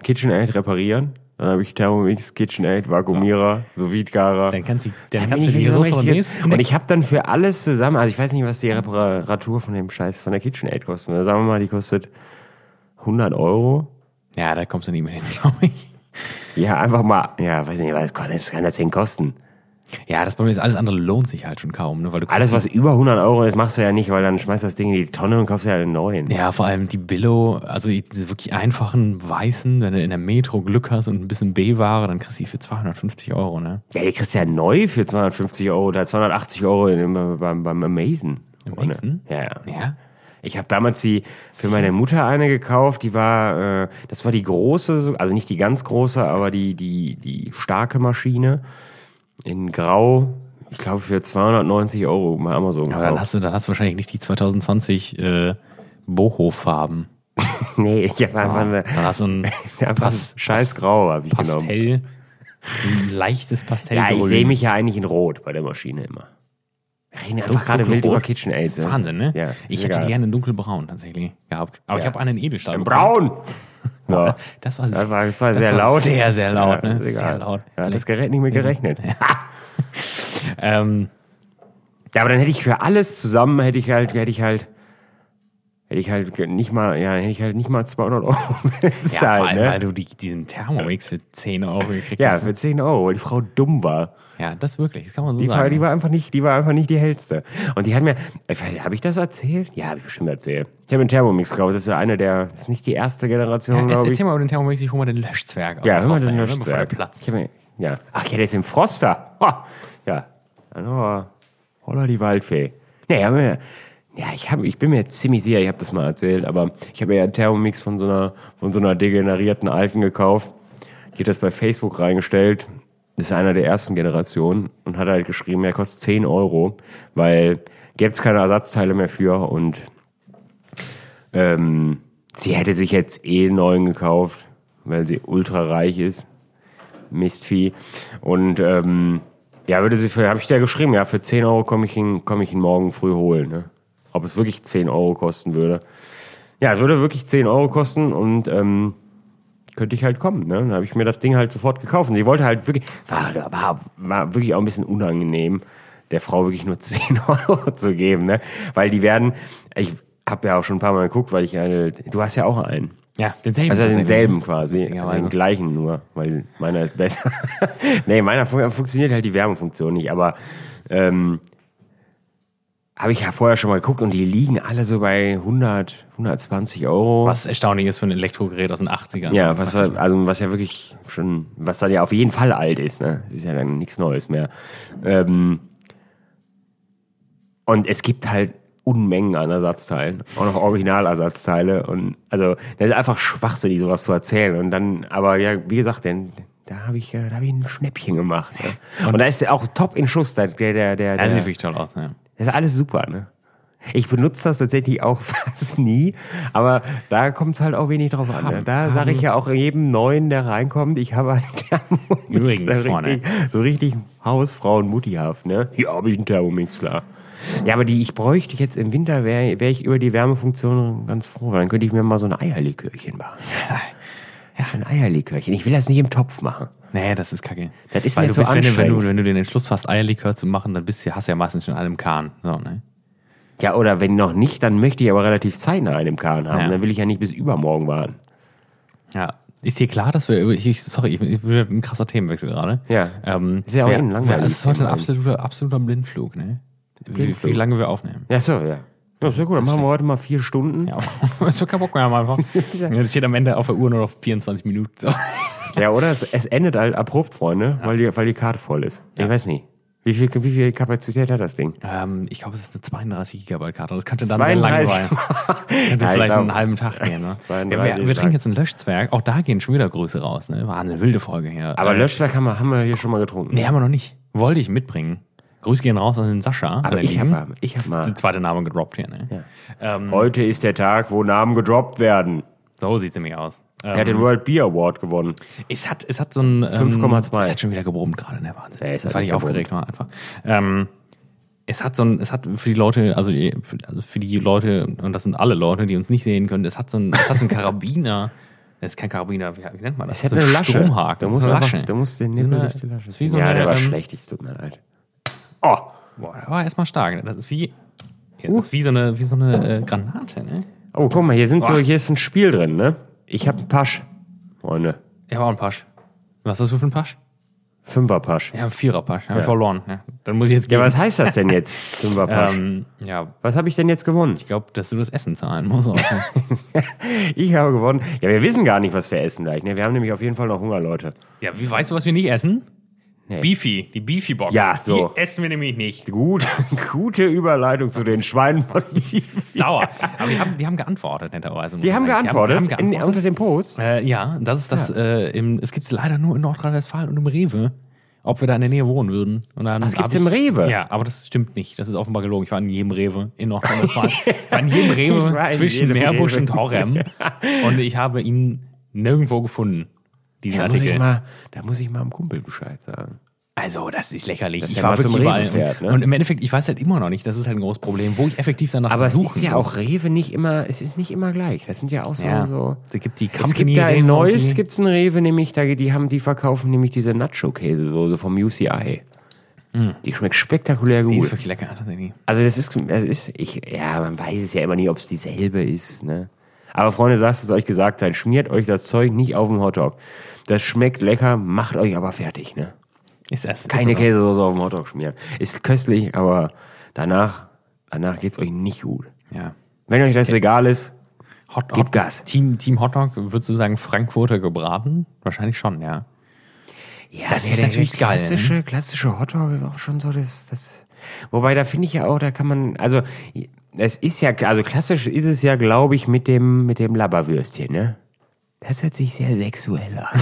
Speaker 2: KitchenAid reparieren. Dann habe ich Thermomix, KitchenAid, Vakuumierer, Sovietgarer.
Speaker 1: Dann kannst du, dann
Speaker 2: Dann
Speaker 1: kannst du
Speaker 2: bin ich
Speaker 1: die
Speaker 2: wirklich so
Speaker 1: Soße oder
Speaker 2: richtig jetzt- Und ich habe dann für alles zusammen, also ich weiß nicht, was die Reparatur von dem Scheiß von der KitchenAid kostet. Also Sagen wir mal, die kostet 100 Euro.
Speaker 1: Ja, da kommst du nicht mehr hin, glaube ich.
Speaker 2: Ja, einfach mal, ja, weiß nicht, was kostet, das kann das denn kosten?
Speaker 1: Ja, das Problem ist, alles andere lohnt sich halt schon kaum, ne? Weil du
Speaker 2: Alles,
Speaker 1: kriegst-
Speaker 2: was über 100 Euro ist, machst du ja nicht, weil dann schmeißt das Ding in die Tonne und kaufst ja einen neuen.
Speaker 1: Ja, vor allem die Billo, also die- diese wirklich einfachen weißen, wenn du in der Metro Glück hast und ein bisschen B-Ware, dann kriegst du die für 250 Euro, ne?
Speaker 2: Ja, die kriegst du ja neu für 250 Euro oder 280 Euro in, beim, beim Amazon.
Speaker 1: Amazon?
Speaker 2: Ja, ja.
Speaker 1: Ja.
Speaker 2: Ich habe damals die für meine Mutter eine gekauft, die war, äh, das war die große, also nicht die ganz große, aber die, die, die starke Maschine in Grau, ich glaube für 290 Euro bei Amazon.
Speaker 1: Aber dann
Speaker 2: gekauft.
Speaker 1: hast du, dann hast du wahrscheinlich nicht die 2020 äh, Boho-Farben.
Speaker 2: nee, ich habe einfach eine,
Speaker 1: Dann hast du ein
Speaker 2: einfach
Speaker 1: Pas-
Speaker 2: ein scheiß Grau habe ich genommen.
Speaker 1: Pastell, ein leichtes Pastell.
Speaker 2: Ja, ich sehe mich ja eigentlich in Rot bei der Maschine immer. Wir reden einfach gerade wild
Speaker 1: Dunkelrot.
Speaker 2: über KitchenAid.
Speaker 1: Das ist Wahnsinn, ne?
Speaker 2: Ja,
Speaker 1: ich
Speaker 2: ist
Speaker 1: hätte
Speaker 2: egal.
Speaker 1: gerne einen dunkelbraun tatsächlich gehabt. Aber ich
Speaker 2: Ja.
Speaker 1: habe einen in Edelstahl.
Speaker 2: Ein
Speaker 1: bekommen.
Speaker 2: Braun! Ja.
Speaker 1: Das war,
Speaker 2: Das war, das war sehr
Speaker 1: war
Speaker 2: laut.
Speaker 1: Sehr, sehr laut,
Speaker 2: Ja,
Speaker 1: ne?
Speaker 2: ist egal.
Speaker 1: Sehr laut.
Speaker 2: Da hat das Gerät nicht mehr gerechnet.
Speaker 1: Ähm,
Speaker 2: Ja, aber dann hätte ich für alles zusammen, hätte ich halt, hätte ich halt, hätte ich halt nicht mal, ja, hätte ich halt nicht mal 200 Euro
Speaker 1: Ja,
Speaker 2: bezahlt,
Speaker 1: vor allem, weil
Speaker 2: ne?
Speaker 1: du die, diesen Thermomix für 10 Euro gekriegt
Speaker 2: Ja,
Speaker 1: hast.
Speaker 2: für 10 Euro, weil die Frau dumm war.
Speaker 1: Ja, das wirklich, das kann man so
Speaker 2: Die war,
Speaker 1: sagen.
Speaker 2: die war einfach nicht, die war einfach nicht die hellste. Und die hat mir, habe ich das erzählt? Ja, habe ich bestimmt erzählt. Ich habe einen Thermomix gekauft, das ist eine der, das ist nicht die erste Generation,
Speaker 1: ja,
Speaker 2: glaube ich.
Speaker 1: erzähl mal über den Thermomix, ich hol mal den Löschzwerg aus
Speaker 2: Ja,
Speaker 1: dem
Speaker 2: hör mal
Speaker 1: Froster,
Speaker 2: den
Speaker 1: ja,
Speaker 2: Löschzwerg.
Speaker 1: Bevor der platzt.
Speaker 2: Ich hab mir- Ja. Ach ja, der ist im Froster. Ha. Ja. Also, holla die Waldfee. Nee, hab mir, ja, ich, hab, ich bin mir ziemlich sicher, ich habe das mal erzählt, aber ich habe ja einen Thermomix von so, einer, von so einer degenerierten Alten gekauft. Die hat das bei Facebook reingestellt. Das ist einer der ersten Generationen und hat halt geschrieben, er kostet 10 Euro, weil gäbe es keine Ersatzteile mehr für und ähm, sie hätte sich jetzt eh einen neuen gekauft, weil sie ultra reich ist. Mistvieh. Und ähm, ja, würde sie für, habe ich da geschrieben, ja, für 10 Euro komme ich, ihn- komm ich ihn morgen früh holen. Ne? Ob es wirklich 10 Euro kosten würde. Ja, es würde wirklich 10 Euro kosten und ähm, könnte ich halt kommen. Ne? Dann habe ich mir das Ding halt sofort gekauft. Und sie wollte halt wirklich, war, war, war wirklich auch ein bisschen unangenehm, der Frau wirklich nur 10 Euro zu geben. Ne? Weil die werden, ich habe ja auch schon ein paar Mal geguckt, weil ich halt, du hast ja auch einen.
Speaker 1: Ja, denselben.
Speaker 2: Also
Speaker 1: tatsächlich.
Speaker 2: denselben quasi. Also
Speaker 1: Witzigerweise.
Speaker 2: den gleichen nur, weil meiner ist besser. nee, meiner fun funktioniert halt die Wärmefunktion nicht, aber ähm, habe ich ja vorher schon mal geguckt und die liegen alle so bei 100, 120 Euro.
Speaker 1: Was erstaunlich ist für ein Elektrogerät aus den 80ern.
Speaker 2: Ja, was war, also was ja wirklich schon, was dann ja auf jeden Fall alt ist, ne? Das ist ja dann nichts Neues mehr. Ähm, und es gibt halt Unmengen an Ersatzteilen, auch noch Originalersatzteile und also das ist einfach schwachsinnig, sowas zu erzählen. Und dann, aber ja, wie gesagt, denn da habe ich, äh, da habe ich ein Schnäppchen gemacht. Ne? Und, da ist auch top in Schuss, der, der, der, der,
Speaker 1: Das sieht wirklich toll aus, ja.
Speaker 2: das ist alles super, ne? Ich benutze das tatsächlich auch fast nie, aber da kommt es halt auch wenig drauf an. Ne? Da sage ich ja auch jedem Neuen, der reinkommt, ich habe halt einen Thermomix.
Speaker 1: Übrigens,
Speaker 2: Da
Speaker 1: Freunde.
Speaker 2: richtig, so richtig Hausfrauen-Muttihaft, ne? Hier habe ich einen Thermomix, klar. Ja, aber die ich bräuchte jetzt im Winter, wäre wär ich über die Wärmefunktion ganz froh, weil dann könnte ich mir mal so ein Eierlikörchen machen. Ja, ein Eierlikörchen. Ich will das nicht im Topf machen.
Speaker 1: Nee, das ist kacke.
Speaker 2: Das ist
Speaker 1: Weil
Speaker 2: mir
Speaker 1: du
Speaker 2: zu
Speaker 1: bist, wenn du, wenn, du,
Speaker 2: anstrengend.
Speaker 1: wenn du den Entschluss fasst, Eierlikör zu machen, dann bist du, hast du ja meistens schon einen im Kahn. So, ne?
Speaker 2: Ja, oder wenn noch nicht, dann möchte ich aber relativ zeitnah einen im Kahn haben.
Speaker 1: Ja.
Speaker 2: Dann will ich ja nicht bis übermorgen warten.
Speaker 1: Ja. Ist dir klar, dass wir, über- ich, sorry, ich ich bin wieder ein krasser Themenwechsel gerade.
Speaker 2: Ja.
Speaker 1: Ähm,
Speaker 2: Ist ja auch eh
Speaker 1: wer-
Speaker 2: innen langweilig.
Speaker 1: wer- Es ist heute ein absoluter, absoluter Blindflug, ne? Wie,
Speaker 2: Blindflug.
Speaker 1: wie lange wir aufnehmen.
Speaker 2: Ja, so, ja. Ja, sehr gut. Dann machen wir heute mal vier Stunden.
Speaker 1: Ja, ist doch kein Bock mehr haben einfach. Ja, steht am Ende auf der Uhr nur noch 24 Minuten. So.
Speaker 2: Ja, oder? Es, es endet halt abrupt, Freunde, weil, die, weil die Karte voll ist. Ich weiß nicht. Wie viel, wie viel Kapazität hat das Ding?
Speaker 1: Ähm, ich glaube, es ist eine 32 Gigabyte Karte. und Das könnte dann sehr lang
Speaker 2: 32.
Speaker 1: sein. Das könnte
Speaker 2: Ja, ich
Speaker 1: vielleicht
Speaker 2: glaub-
Speaker 1: einen halben Tag gehen. Ne?
Speaker 2: 32
Speaker 1: ja, wir, wir
Speaker 2: Tag.
Speaker 1: trinken jetzt einen Löschzwerg. Auch da gehen schon wieder Grüße raus. Ne? War eine wilde Folge hier.
Speaker 2: Aber
Speaker 1: Äh,
Speaker 2: Löschwerk haben wir, haben wir hier schon mal getrunken.
Speaker 1: Nee, haben wir noch nicht. Wollte ich mitbringen. Grüße gehen raus an den Sascha.
Speaker 2: Aber
Speaker 1: an den
Speaker 2: ich
Speaker 1: Lieben.
Speaker 2: hab- ich hab
Speaker 1: Z-
Speaker 2: mal-
Speaker 1: Den zweiten Namen gedroppt hier. Ne? Ähm,
Speaker 2: Heute ist der Tag, wo Namen gedroppt werden.
Speaker 1: so sieht's nämlich aus.
Speaker 2: Er hat
Speaker 1: Ähm,
Speaker 2: den World Beer Award gewonnen.
Speaker 1: es, hat, es hat so ein... Ähm,
Speaker 2: 5,2.
Speaker 1: Es hat schon wieder gebrummt gerade, ne? Wahnsinn.
Speaker 2: Ja, es
Speaker 1: das
Speaker 2: hat
Speaker 1: war ich
Speaker 2: nicht gebrummt.
Speaker 1: aufgeregt war einfach. Ähm, es hat so ein, es hat für die Leute, also, die- also für die Leute, und das sind alle Leute, die uns nicht sehen können, es hat so ein, es hat so ein Karabiner. Das ist kein Karabiner, wie, wie nennt man das?
Speaker 2: Es hat
Speaker 1: so
Speaker 2: eine Lasche.
Speaker 1: Stromhaken.
Speaker 2: Du musst,
Speaker 1: so eine
Speaker 2: einfach,
Speaker 1: Lasche.
Speaker 2: du musst den Nippel
Speaker 1: Ja,
Speaker 2: durch die Lasche
Speaker 1: ist wie
Speaker 2: ziehen.
Speaker 1: so
Speaker 2: ja,
Speaker 1: eine,
Speaker 2: der war
Speaker 1: ähm,
Speaker 2: schlecht, ich tut mir leid. Oh,
Speaker 1: Boah, der war erstmal stark. ne? Das ist wie, ja, das ist wie so eine, wie so eine äh, Granate, ne?
Speaker 2: oh guck mal, hier, sind so, hier ist ein Spiel drin, ne? Ich habe einen Pasch, Freunde.
Speaker 1: Ja, war auch ein Pasch. Was hast du für ein Pasch?
Speaker 2: Fünferpasch.
Speaker 1: Ja, ein Vierer-Pasch. Ja, hab ich verloren. Ja. Dann muss ich jetzt
Speaker 2: Ja,
Speaker 1: gehen.
Speaker 2: was heißt das denn jetzt? Fünferpasch.
Speaker 1: ähm, ja,
Speaker 2: Was habe ich denn jetzt gewonnen?
Speaker 1: ich glaube, dass du das Essen zahlen musst. auch. ne?
Speaker 2: Ich habe gewonnen. Ja, wir wissen gar nicht, was wir essen gleich. Ne? Wir haben nämlich auf jeden Fall noch Hunger, Leute.
Speaker 1: ja, wie weißt du, was wir nicht essen?
Speaker 2: Nee.
Speaker 1: Beefy, die Beefy-Box.
Speaker 2: Ja, so.
Speaker 1: Die essen wir nämlich nicht.
Speaker 2: Gut, gute Überleitung zu den Schweinen von Beefy.
Speaker 1: Sauer. Aber die haben, die haben geantwortet, netterweise. muss
Speaker 2: Die
Speaker 1: man
Speaker 2: haben
Speaker 1: sagen.
Speaker 2: geantwortet,
Speaker 1: Die haben, die haben
Speaker 2: In,
Speaker 1: geantwortet.
Speaker 2: unter dem Post.
Speaker 1: äh, ja, das ist das. Äh, im, es gibt es leider nur in Nordrhein-Westfalen und im Rewe. Ob wir da in der Nähe wohnen würden. Und dann
Speaker 2: Das
Speaker 1: hab
Speaker 2: gibt's
Speaker 1: ich-
Speaker 2: im Rewe.
Speaker 1: Ja, aber das stimmt nicht. Das ist offenbar gelogen. Ich war in jedem Rewe in Nordrhein-Westfalen. Ich war in jedem Rewe
Speaker 2: Ich war in
Speaker 1: zwischen
Speaker 2: jedem
Speaker 1: Meerbusch
Speaker 2: Rewe.
Speaker 1: und Horrem. Und ich habe ihn nirgendwo gefunden, diesen
Speaker 2: Da muss, ich
Speaker 1: Artikel.
Speaker 2: mal, da muss ich mal einem Kumpel Bescheid sagen.
Speaker 1: Also, das ist lächerlich. ich
Speaker 2: der
Speaker 1: war
Speaker 2: mal zum
Speaker 1: wirklich
Speaker 2: Rewe
Speaker 1: überall.
Speaker 2: fährt,
Speaker 1: und,
Speaker 2: ne?
Speaker 1: und im Endeffekt, ich weiß halt immer noch nicht, das ist halt ein großes Problem, wo ich effektiv danach
Speaker 2: Aber
Speaker 1: suchen
Speaker 2: es ist ja
Speaker 1: muss.
Speaker 2: auch Rewe nicht immer, es ist nicht immer gleich. Das sind ja auch so.
Speaker 1: Ja.
Speaker 2: so
Speaker 1: Es gibt die
Speaker 2: es gibt
Speaker 1: Company
Speaker 2: da
Speaker 1: Rewe
Speaker 2: ein
Speaker 1: und
Speaker 2: neues,
Speaker 1: die-
Speaker 2: gibt's ein Rewe, nämlich, da, die haben, die verkaufen nämlich diese Nacho-Käsesoße vom UCI. Hm. Die schmeckt spektakulär gut.
Speaker 1: Die ist wirklich lecker. tatsächlich.
Speaker 2: Also das ist, das ist ich, ja, man weiß es ja immer nicht, ob es dieselbe ist, ne? Aber Freunde, sagt es euch gesagt sein, schmiert euch das Zeug nicht auf den Hotdog. Das schmeckt lecker, macht euch aber fertig, ne?
Speaker 1: Ist das.
Speaker 2: Keine
Speaker 1: ist das
Speaker 2: Käsesoße auf den Hotdog schmieren. Ist köstlich, aber danach, danach geht's euch nicht gut.
Speaker 1: so. Ja.
Speaker 2: Wenn euch das egal ist,
Speaker 1: Hot,
Speaker 2: Gib
Speaker 1: Hot,
Speaker 2: Gas.
Speaker 1: Team, Team Hotdog, würdest du sagen, Frankfurter gebraten? Wahrscheinlich schon, ja.
Speaker 2: ja,
Speaker 1: das
Speaker 2: der-
Speaker 1: ist
Speaker 2: der
Speaker 1: natürlich geil, ne?
Speaker 2: Klassische, klassische Hotdog ist auch schon so das, das. Wobei, da finde ich ja auch, da kann man, also es ist ja, also klassisch ist es ja, glaube ich, mit dem mit dem Labberwürstchen, ne? Das hört sich sehr sexuell an.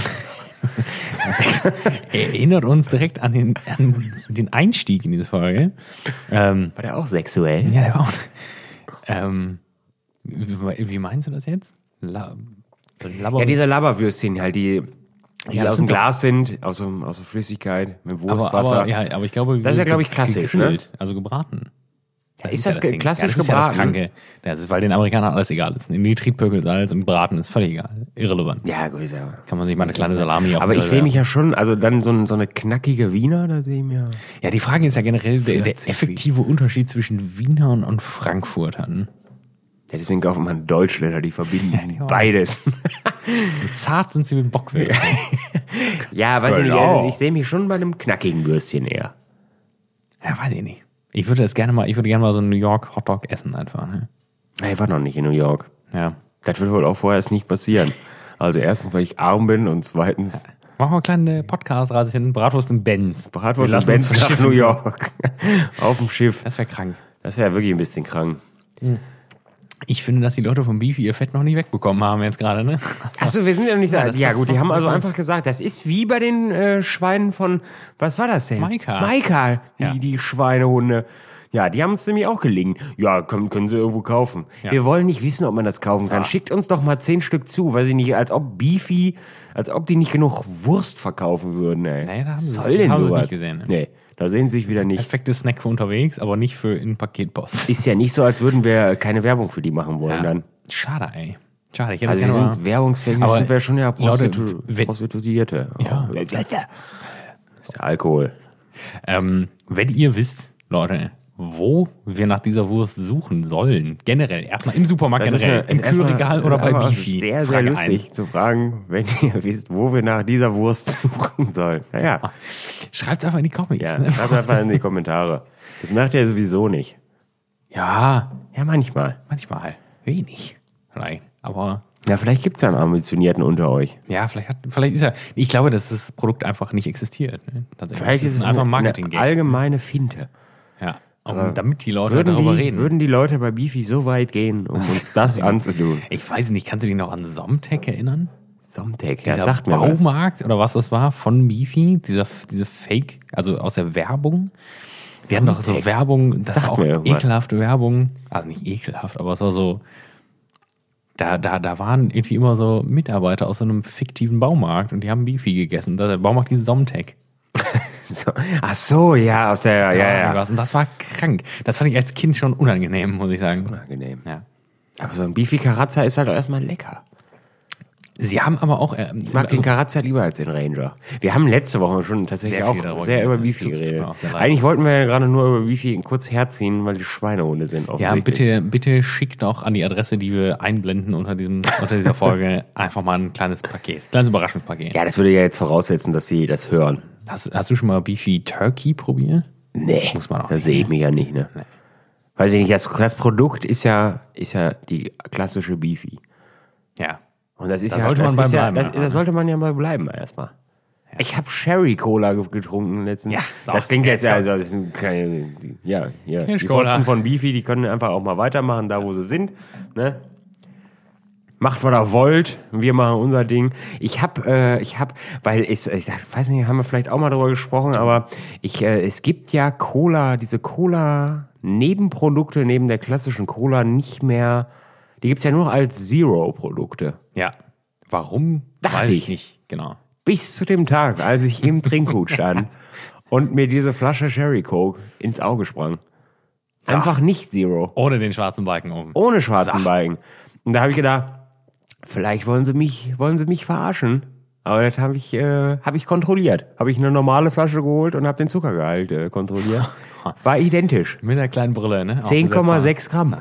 Speaker 1: Erinnert uns direkt an den, an den Einstieg in diese Folge. Ähm,
Speaker 2: War der auch sexuell?
Speaker 1: ja, der war auch. Ähm, wie, wie meinst du das jetzt? La, Labor-
Speaker 2: Ja, diese Labberwürstchen halt, die, die
Speaker 1: Ja, das
Speaker 2: aus dem
Speaker 1: sind doch-
Speaker 2: Glas sind, aus, dem, aus der Flüssigkeit, mit
Speaker 1: aber,
Speaker 2: Wurstwasser.
Speaker 1: aber, ja, aber ich glaube,
Speaker 2: Das ist ja, glaube ich, klassisch, ne?
Speaker 1: gegrillt, Also gebraten.
Speaker 2: ist das ge-
Speaker 1: Ding.
Speaker 2: klassisch
Speaker 1: ja, das Ist ja
Speaker 2: gebraten?
Speaker 1: das Kranke. Das ist, weil den Amerikanern alles egal ist. Nitritpökel, Salz und Braten ist völlig egal. Irrelevant.
Speaker 2: ja gut, ist ja.
Speaker 1: Kann man sich mal eine kleine Salami auf
Speaker 2: Aber
Speaker 1: den
Speaker 2: ich
Speaker 1: Grill
Speaker 2: sehe
Speaker 1: werfen.
Speaker 2: mich ja schon, also dann so, ein- so eine knackige Wiener, da sehe ich mir.
Speaker 1: Ja, die Frage ist ja generell der, der
Speaker 2: 40
Speaker 1: effektive Unterschied zwischen Wienern und Frankfurtern.
Speaker 2: Ja, deswegen kauft man Deutschländer, die verbinden
Speaker 1: die auch.
Speaker 2: beides.
Speaker 1: Zart sind sie wie Bockwürste.
Speaker 2: Ja, weiß ich nicht.
Speaker 1: Genau.
Speaker 2: Also ich sehe mich schon bei einem knackigen Würstchen eher.
Speaker 1: Ja, weiß ich nicht. Ich würde das gerne mal, ich würde gerne mal so einen New York Hotdog essen einfach. Ne?
Speaker 2: Na, ich war noch nicht in New York.
Speaker 1: Ja.
Speaker 2: Das wird wohl auch vorher erst nicht passieren. Also erstens, weil ich arm bin und zweitens
Speaker 1: Machen wir eine kleine Podcast-Reise hin, Bratwurst und Benz.
Speaker 2: Bratwurst
Speaker 1: Wir
Speaker 2: und
Speaker 1: lassen
Speaker 2: Benz
Speaker 1: uns
Speaker 2: nach
Speaker 1: schiffen.
Speaker 2: New York. Auf dem Schiff.
Speaker 1: Das wäre krank.
Speaker 2: Das wäre wirklich ein bisschen krank.
Speaker 1: Ich finde, dass die Leute von Beefy ihr Fett noch nicht wegbekommen haben jetzt gerade, ne?
Speaker 2: Achso, wir sind ja noch nicht da.
Speaker 1: das-
Speaker 2: Ja
Speaker 1: das
Speaker 2: gut, die
Speaker 1: war-
Speaker 2: haben also
Speaker 1: war-
Speaker 2: einfach gesagt, das ist wie bei den äh, Schweinen von, was war das denn?
Speaker 1: Maika.
Speaker 2: Maika, die,
Speaker 1: Ja.
Speaker 2: die Schweinehunde. Ja, die haben uns nämlich auch gelingen. Ja, können, können sie irgendwo kaufen. Wir wollen nicht wissen, ob man das kaufen kann. Schickt uns doch mal zehn Stück zu, weiß ich nicht, als ob Beefy, als ob die nicht genug Wurst verkaufen würden, ey.
Speaker 1: Nee, da haben sie-
Speaker 2: Soll denn
Speaker 1: haben sie
Speaker 2: sowas?
Speaker 1: nicht gesehen, ne? Also-
Speaker 2: Nee, da sehen sie sich wieder nicht.
Speaker 1: Perfektes Snack für unterwegs, aber nicht für in Paketpost.
Speaker 2: Ist ja nicht so, als würden wir keine Werbung für die machen wollen dann.
Speaker 1: Schade, ey. Schade, ich hätte
Speaker 2: Also wir
Speaker 1: gerne mal.
Speaker 2: sind werbungstechnisch
Speaker 1: Aber
Speaker 2: sind wir schon ja Prostitu
Speaker 1: Leute, wenn-
Speaker 2: Prostituierte.
Speaker 1: Ja.
Speaker 2: Oh. Das ist der Alkohol.
Speaker 1: Ähm, wenn ihr wisst, Leute, wo wir nach dieser Wurst suchen sollen, generell, erstmal im Supermarkt
Speaker 2: Das
Speaker 1: generell,
Speaker 2: ist
Speaker 1: im
Speaker 2: erstmal-
Speaker 1: Kühlregal oder bei
Speaker 2: aber auch
Speaker 1: Bifi.
Speaker 2: Sehr, sehr
Speaker 1: Frage
Speaker 2: lustig zu fragen, wenn ihr wisst, wo wir nach dieser Wurst suchen sollen. Naja,
Speaker 1: eins. Schreibt's einfach in die Comics.
Speaker 2: ja,
Speaker 1: ne?
Speaker 2: schreibt einfach in die Kommentare. Das macht ihr sowieso nicht.
Speaker 1: ja
Speaker 2: Ja, manchmal.
Speaker 1: manchmal. Wenig. Nein, aber
Speaker 2: Ja, vielleicht gibt es ja einen Ambitionierten unter euch.
Speaker 1: ja, vielleicht hat, vielleicht ist er. Ich glaube, dass das Produkt einfach nicht existiert. Ne? Tatsächlich.
Speaker 2: Vielleicht
Speaker 1: Das
Speaker 2: ist es
Speaker 1: einfach
Speaker 2: eine,
Speaker 1: marketing
Speaker 2: eine allgemeine Finte.
Speaker 1: Ja. Um, damit die Leute
Speaker 2: Würden die,
Speaker 1: darüber reden.
Speaker 2: würden die Leute bei Beefy so weit gehen, um uns das anzutun?
Speaker 1: ich weiß nicht, kannst du dich noch an Somtech erinnern?
Speaker 2: Somtech, ja,
Speaker 1: dieser
Speaker 2: sagt mir was.
Speaker 1: Baumarkt oder was das war von Mifi, dieser, diese Fake, also aus der Werbung. Die hatten doch so Werbung, das
Speaker 2: Sagt
Speaker 1: war auch
Speaker 2: mir irgendwas.
Speaker 1: ekelhafte Werbung. Also nicht ekelhaft, aber es war so. Da, da, da waren irgendwie immer so Mitarbeiter aus so einem fiktiven Baumarkt und die haben Beefy gegessen. Da der Baumarkt hieß Somtech.
Speaker 2: So, ach so, ja, aus der, ja, ja.
Speaker 1: Und das war krank. Das fand ich als Kind schon unangenehm, muss ich sagen.
Speaker 2: Unangenehm.
Speaker 1: Ja.
Speaker 2: Aber so ein Beefy Karazza ist halt auch erstmal lecker.
Speaker 1: Sie haben aber auch. ähm,
Speaker 2: Ich mag den Karazza lieber als den Ranger. Wir haben letzte Woche schon tatsächlich
Speaker 1: Sehr viel
Speaker 2: auch
Speaker 1: darüber
Speaker 2: sehr über
Speaker 1: geredet.
Speaker 2: Beefy
Speaker 1: Tut- tut mir
Speaker 2: geredet.
Speaker 1: auch sehr leid.
Speaker 2: Eigentlich wollten wir ja gerade nur über Beefy kurz herziehen, weil die Schweinehunde sind.
Speaker 1: Ja,
Speaker 2: offensichtlich.
Speaker 1: bitte, bitte schickt auch an die Adresse, die wir einblenden unter, diesem, unter dieser Folge, einfach mal ein kleines Paket, kleines Überraschungspaket.
Speaker 2: Ja, das würde ja jetzt voraussetzen, dass sie das hören.
Speaker 1: Hast, hast du schon mal Beefy Turkey probiert?
Speaker 2: Nee,
Speaker 1: Muss man auch
Speaker 2: da
Speaker 1: nicht,
Speaker 2: sehe ich mich ja nicht, ne? Weiß ich nicht, das, das Produkt ist ja, ist ja die klassische Beefy.
Speaker 1: Ja.
Speaker 2: Und das ist
Speaker 1: Da
Speaker 2: ja,
Speaker 1: sollte
Speaker 2: das
Speaker 1: man
Speaker 2: ist
Speaker 1: bei
Speaker 2: ja,
Speaker 1: bleiben,
Speaker 2: das,
Speaker 1: ja.
Speaker 2: das sollte man ja mal bleiben erstmal. Ich habe Sherry Cola ge- getrunken letztens.
Speaker 1: Ja,
Speaker 2: das
Speaker 1: saus.
Speaker 2: klingt jetzt ja,
Speaker 1: Jetzt
Speaker 2: also das ist ein kleine, die, ja, ja. Die
Speaker 1: Kirsch Cola.
Speaker 2: Fotzen von Beefy, die können einfach auch mal weitermachen, da wo sie sind. Ne? Macht, was ihr wollt. Wir machen unser Ding. Ich hab, äh, ich hab, weil ich, ich weiß nicht, haben wir vielleicht auch mal drüber gesprochen, aber ich, äh, es gibt ja Cola, diese Cola Nebenprodukte neben der klassischen Cola nicht mehr. Die gibt's ja nur noch als Zero Produkte.
Speaker 1: Ja. Warum?
Speaker 2: Dachte
Speaker 1: Weiß
Speaker 2: ich.
Speaker 1: nicht. Genau.
Speaker 2: Bis zu dem Tag, als ich im Trinkhut stand und mir diese Flasche Sherry Coke ins Auge sprang. Einfach nicht Zero.
Speaker 1: Ohne den schwarzen Balken oben.
Speaker 2: Ohne schwarzen Balken. Und da habe ich gedacht, vielleicht wollen sie mich, wollen sie mich verarschen. Aber das habe ich, äh, hab ich kontrolliert. Habe ich eine normale Flasche geholt und habe den Zuckergehalt äh, kontrolliert. War identisch.
Speaker 1: Mit der kleinen Brille, ne? Auch
Speaker 2: 10,6 Gramm.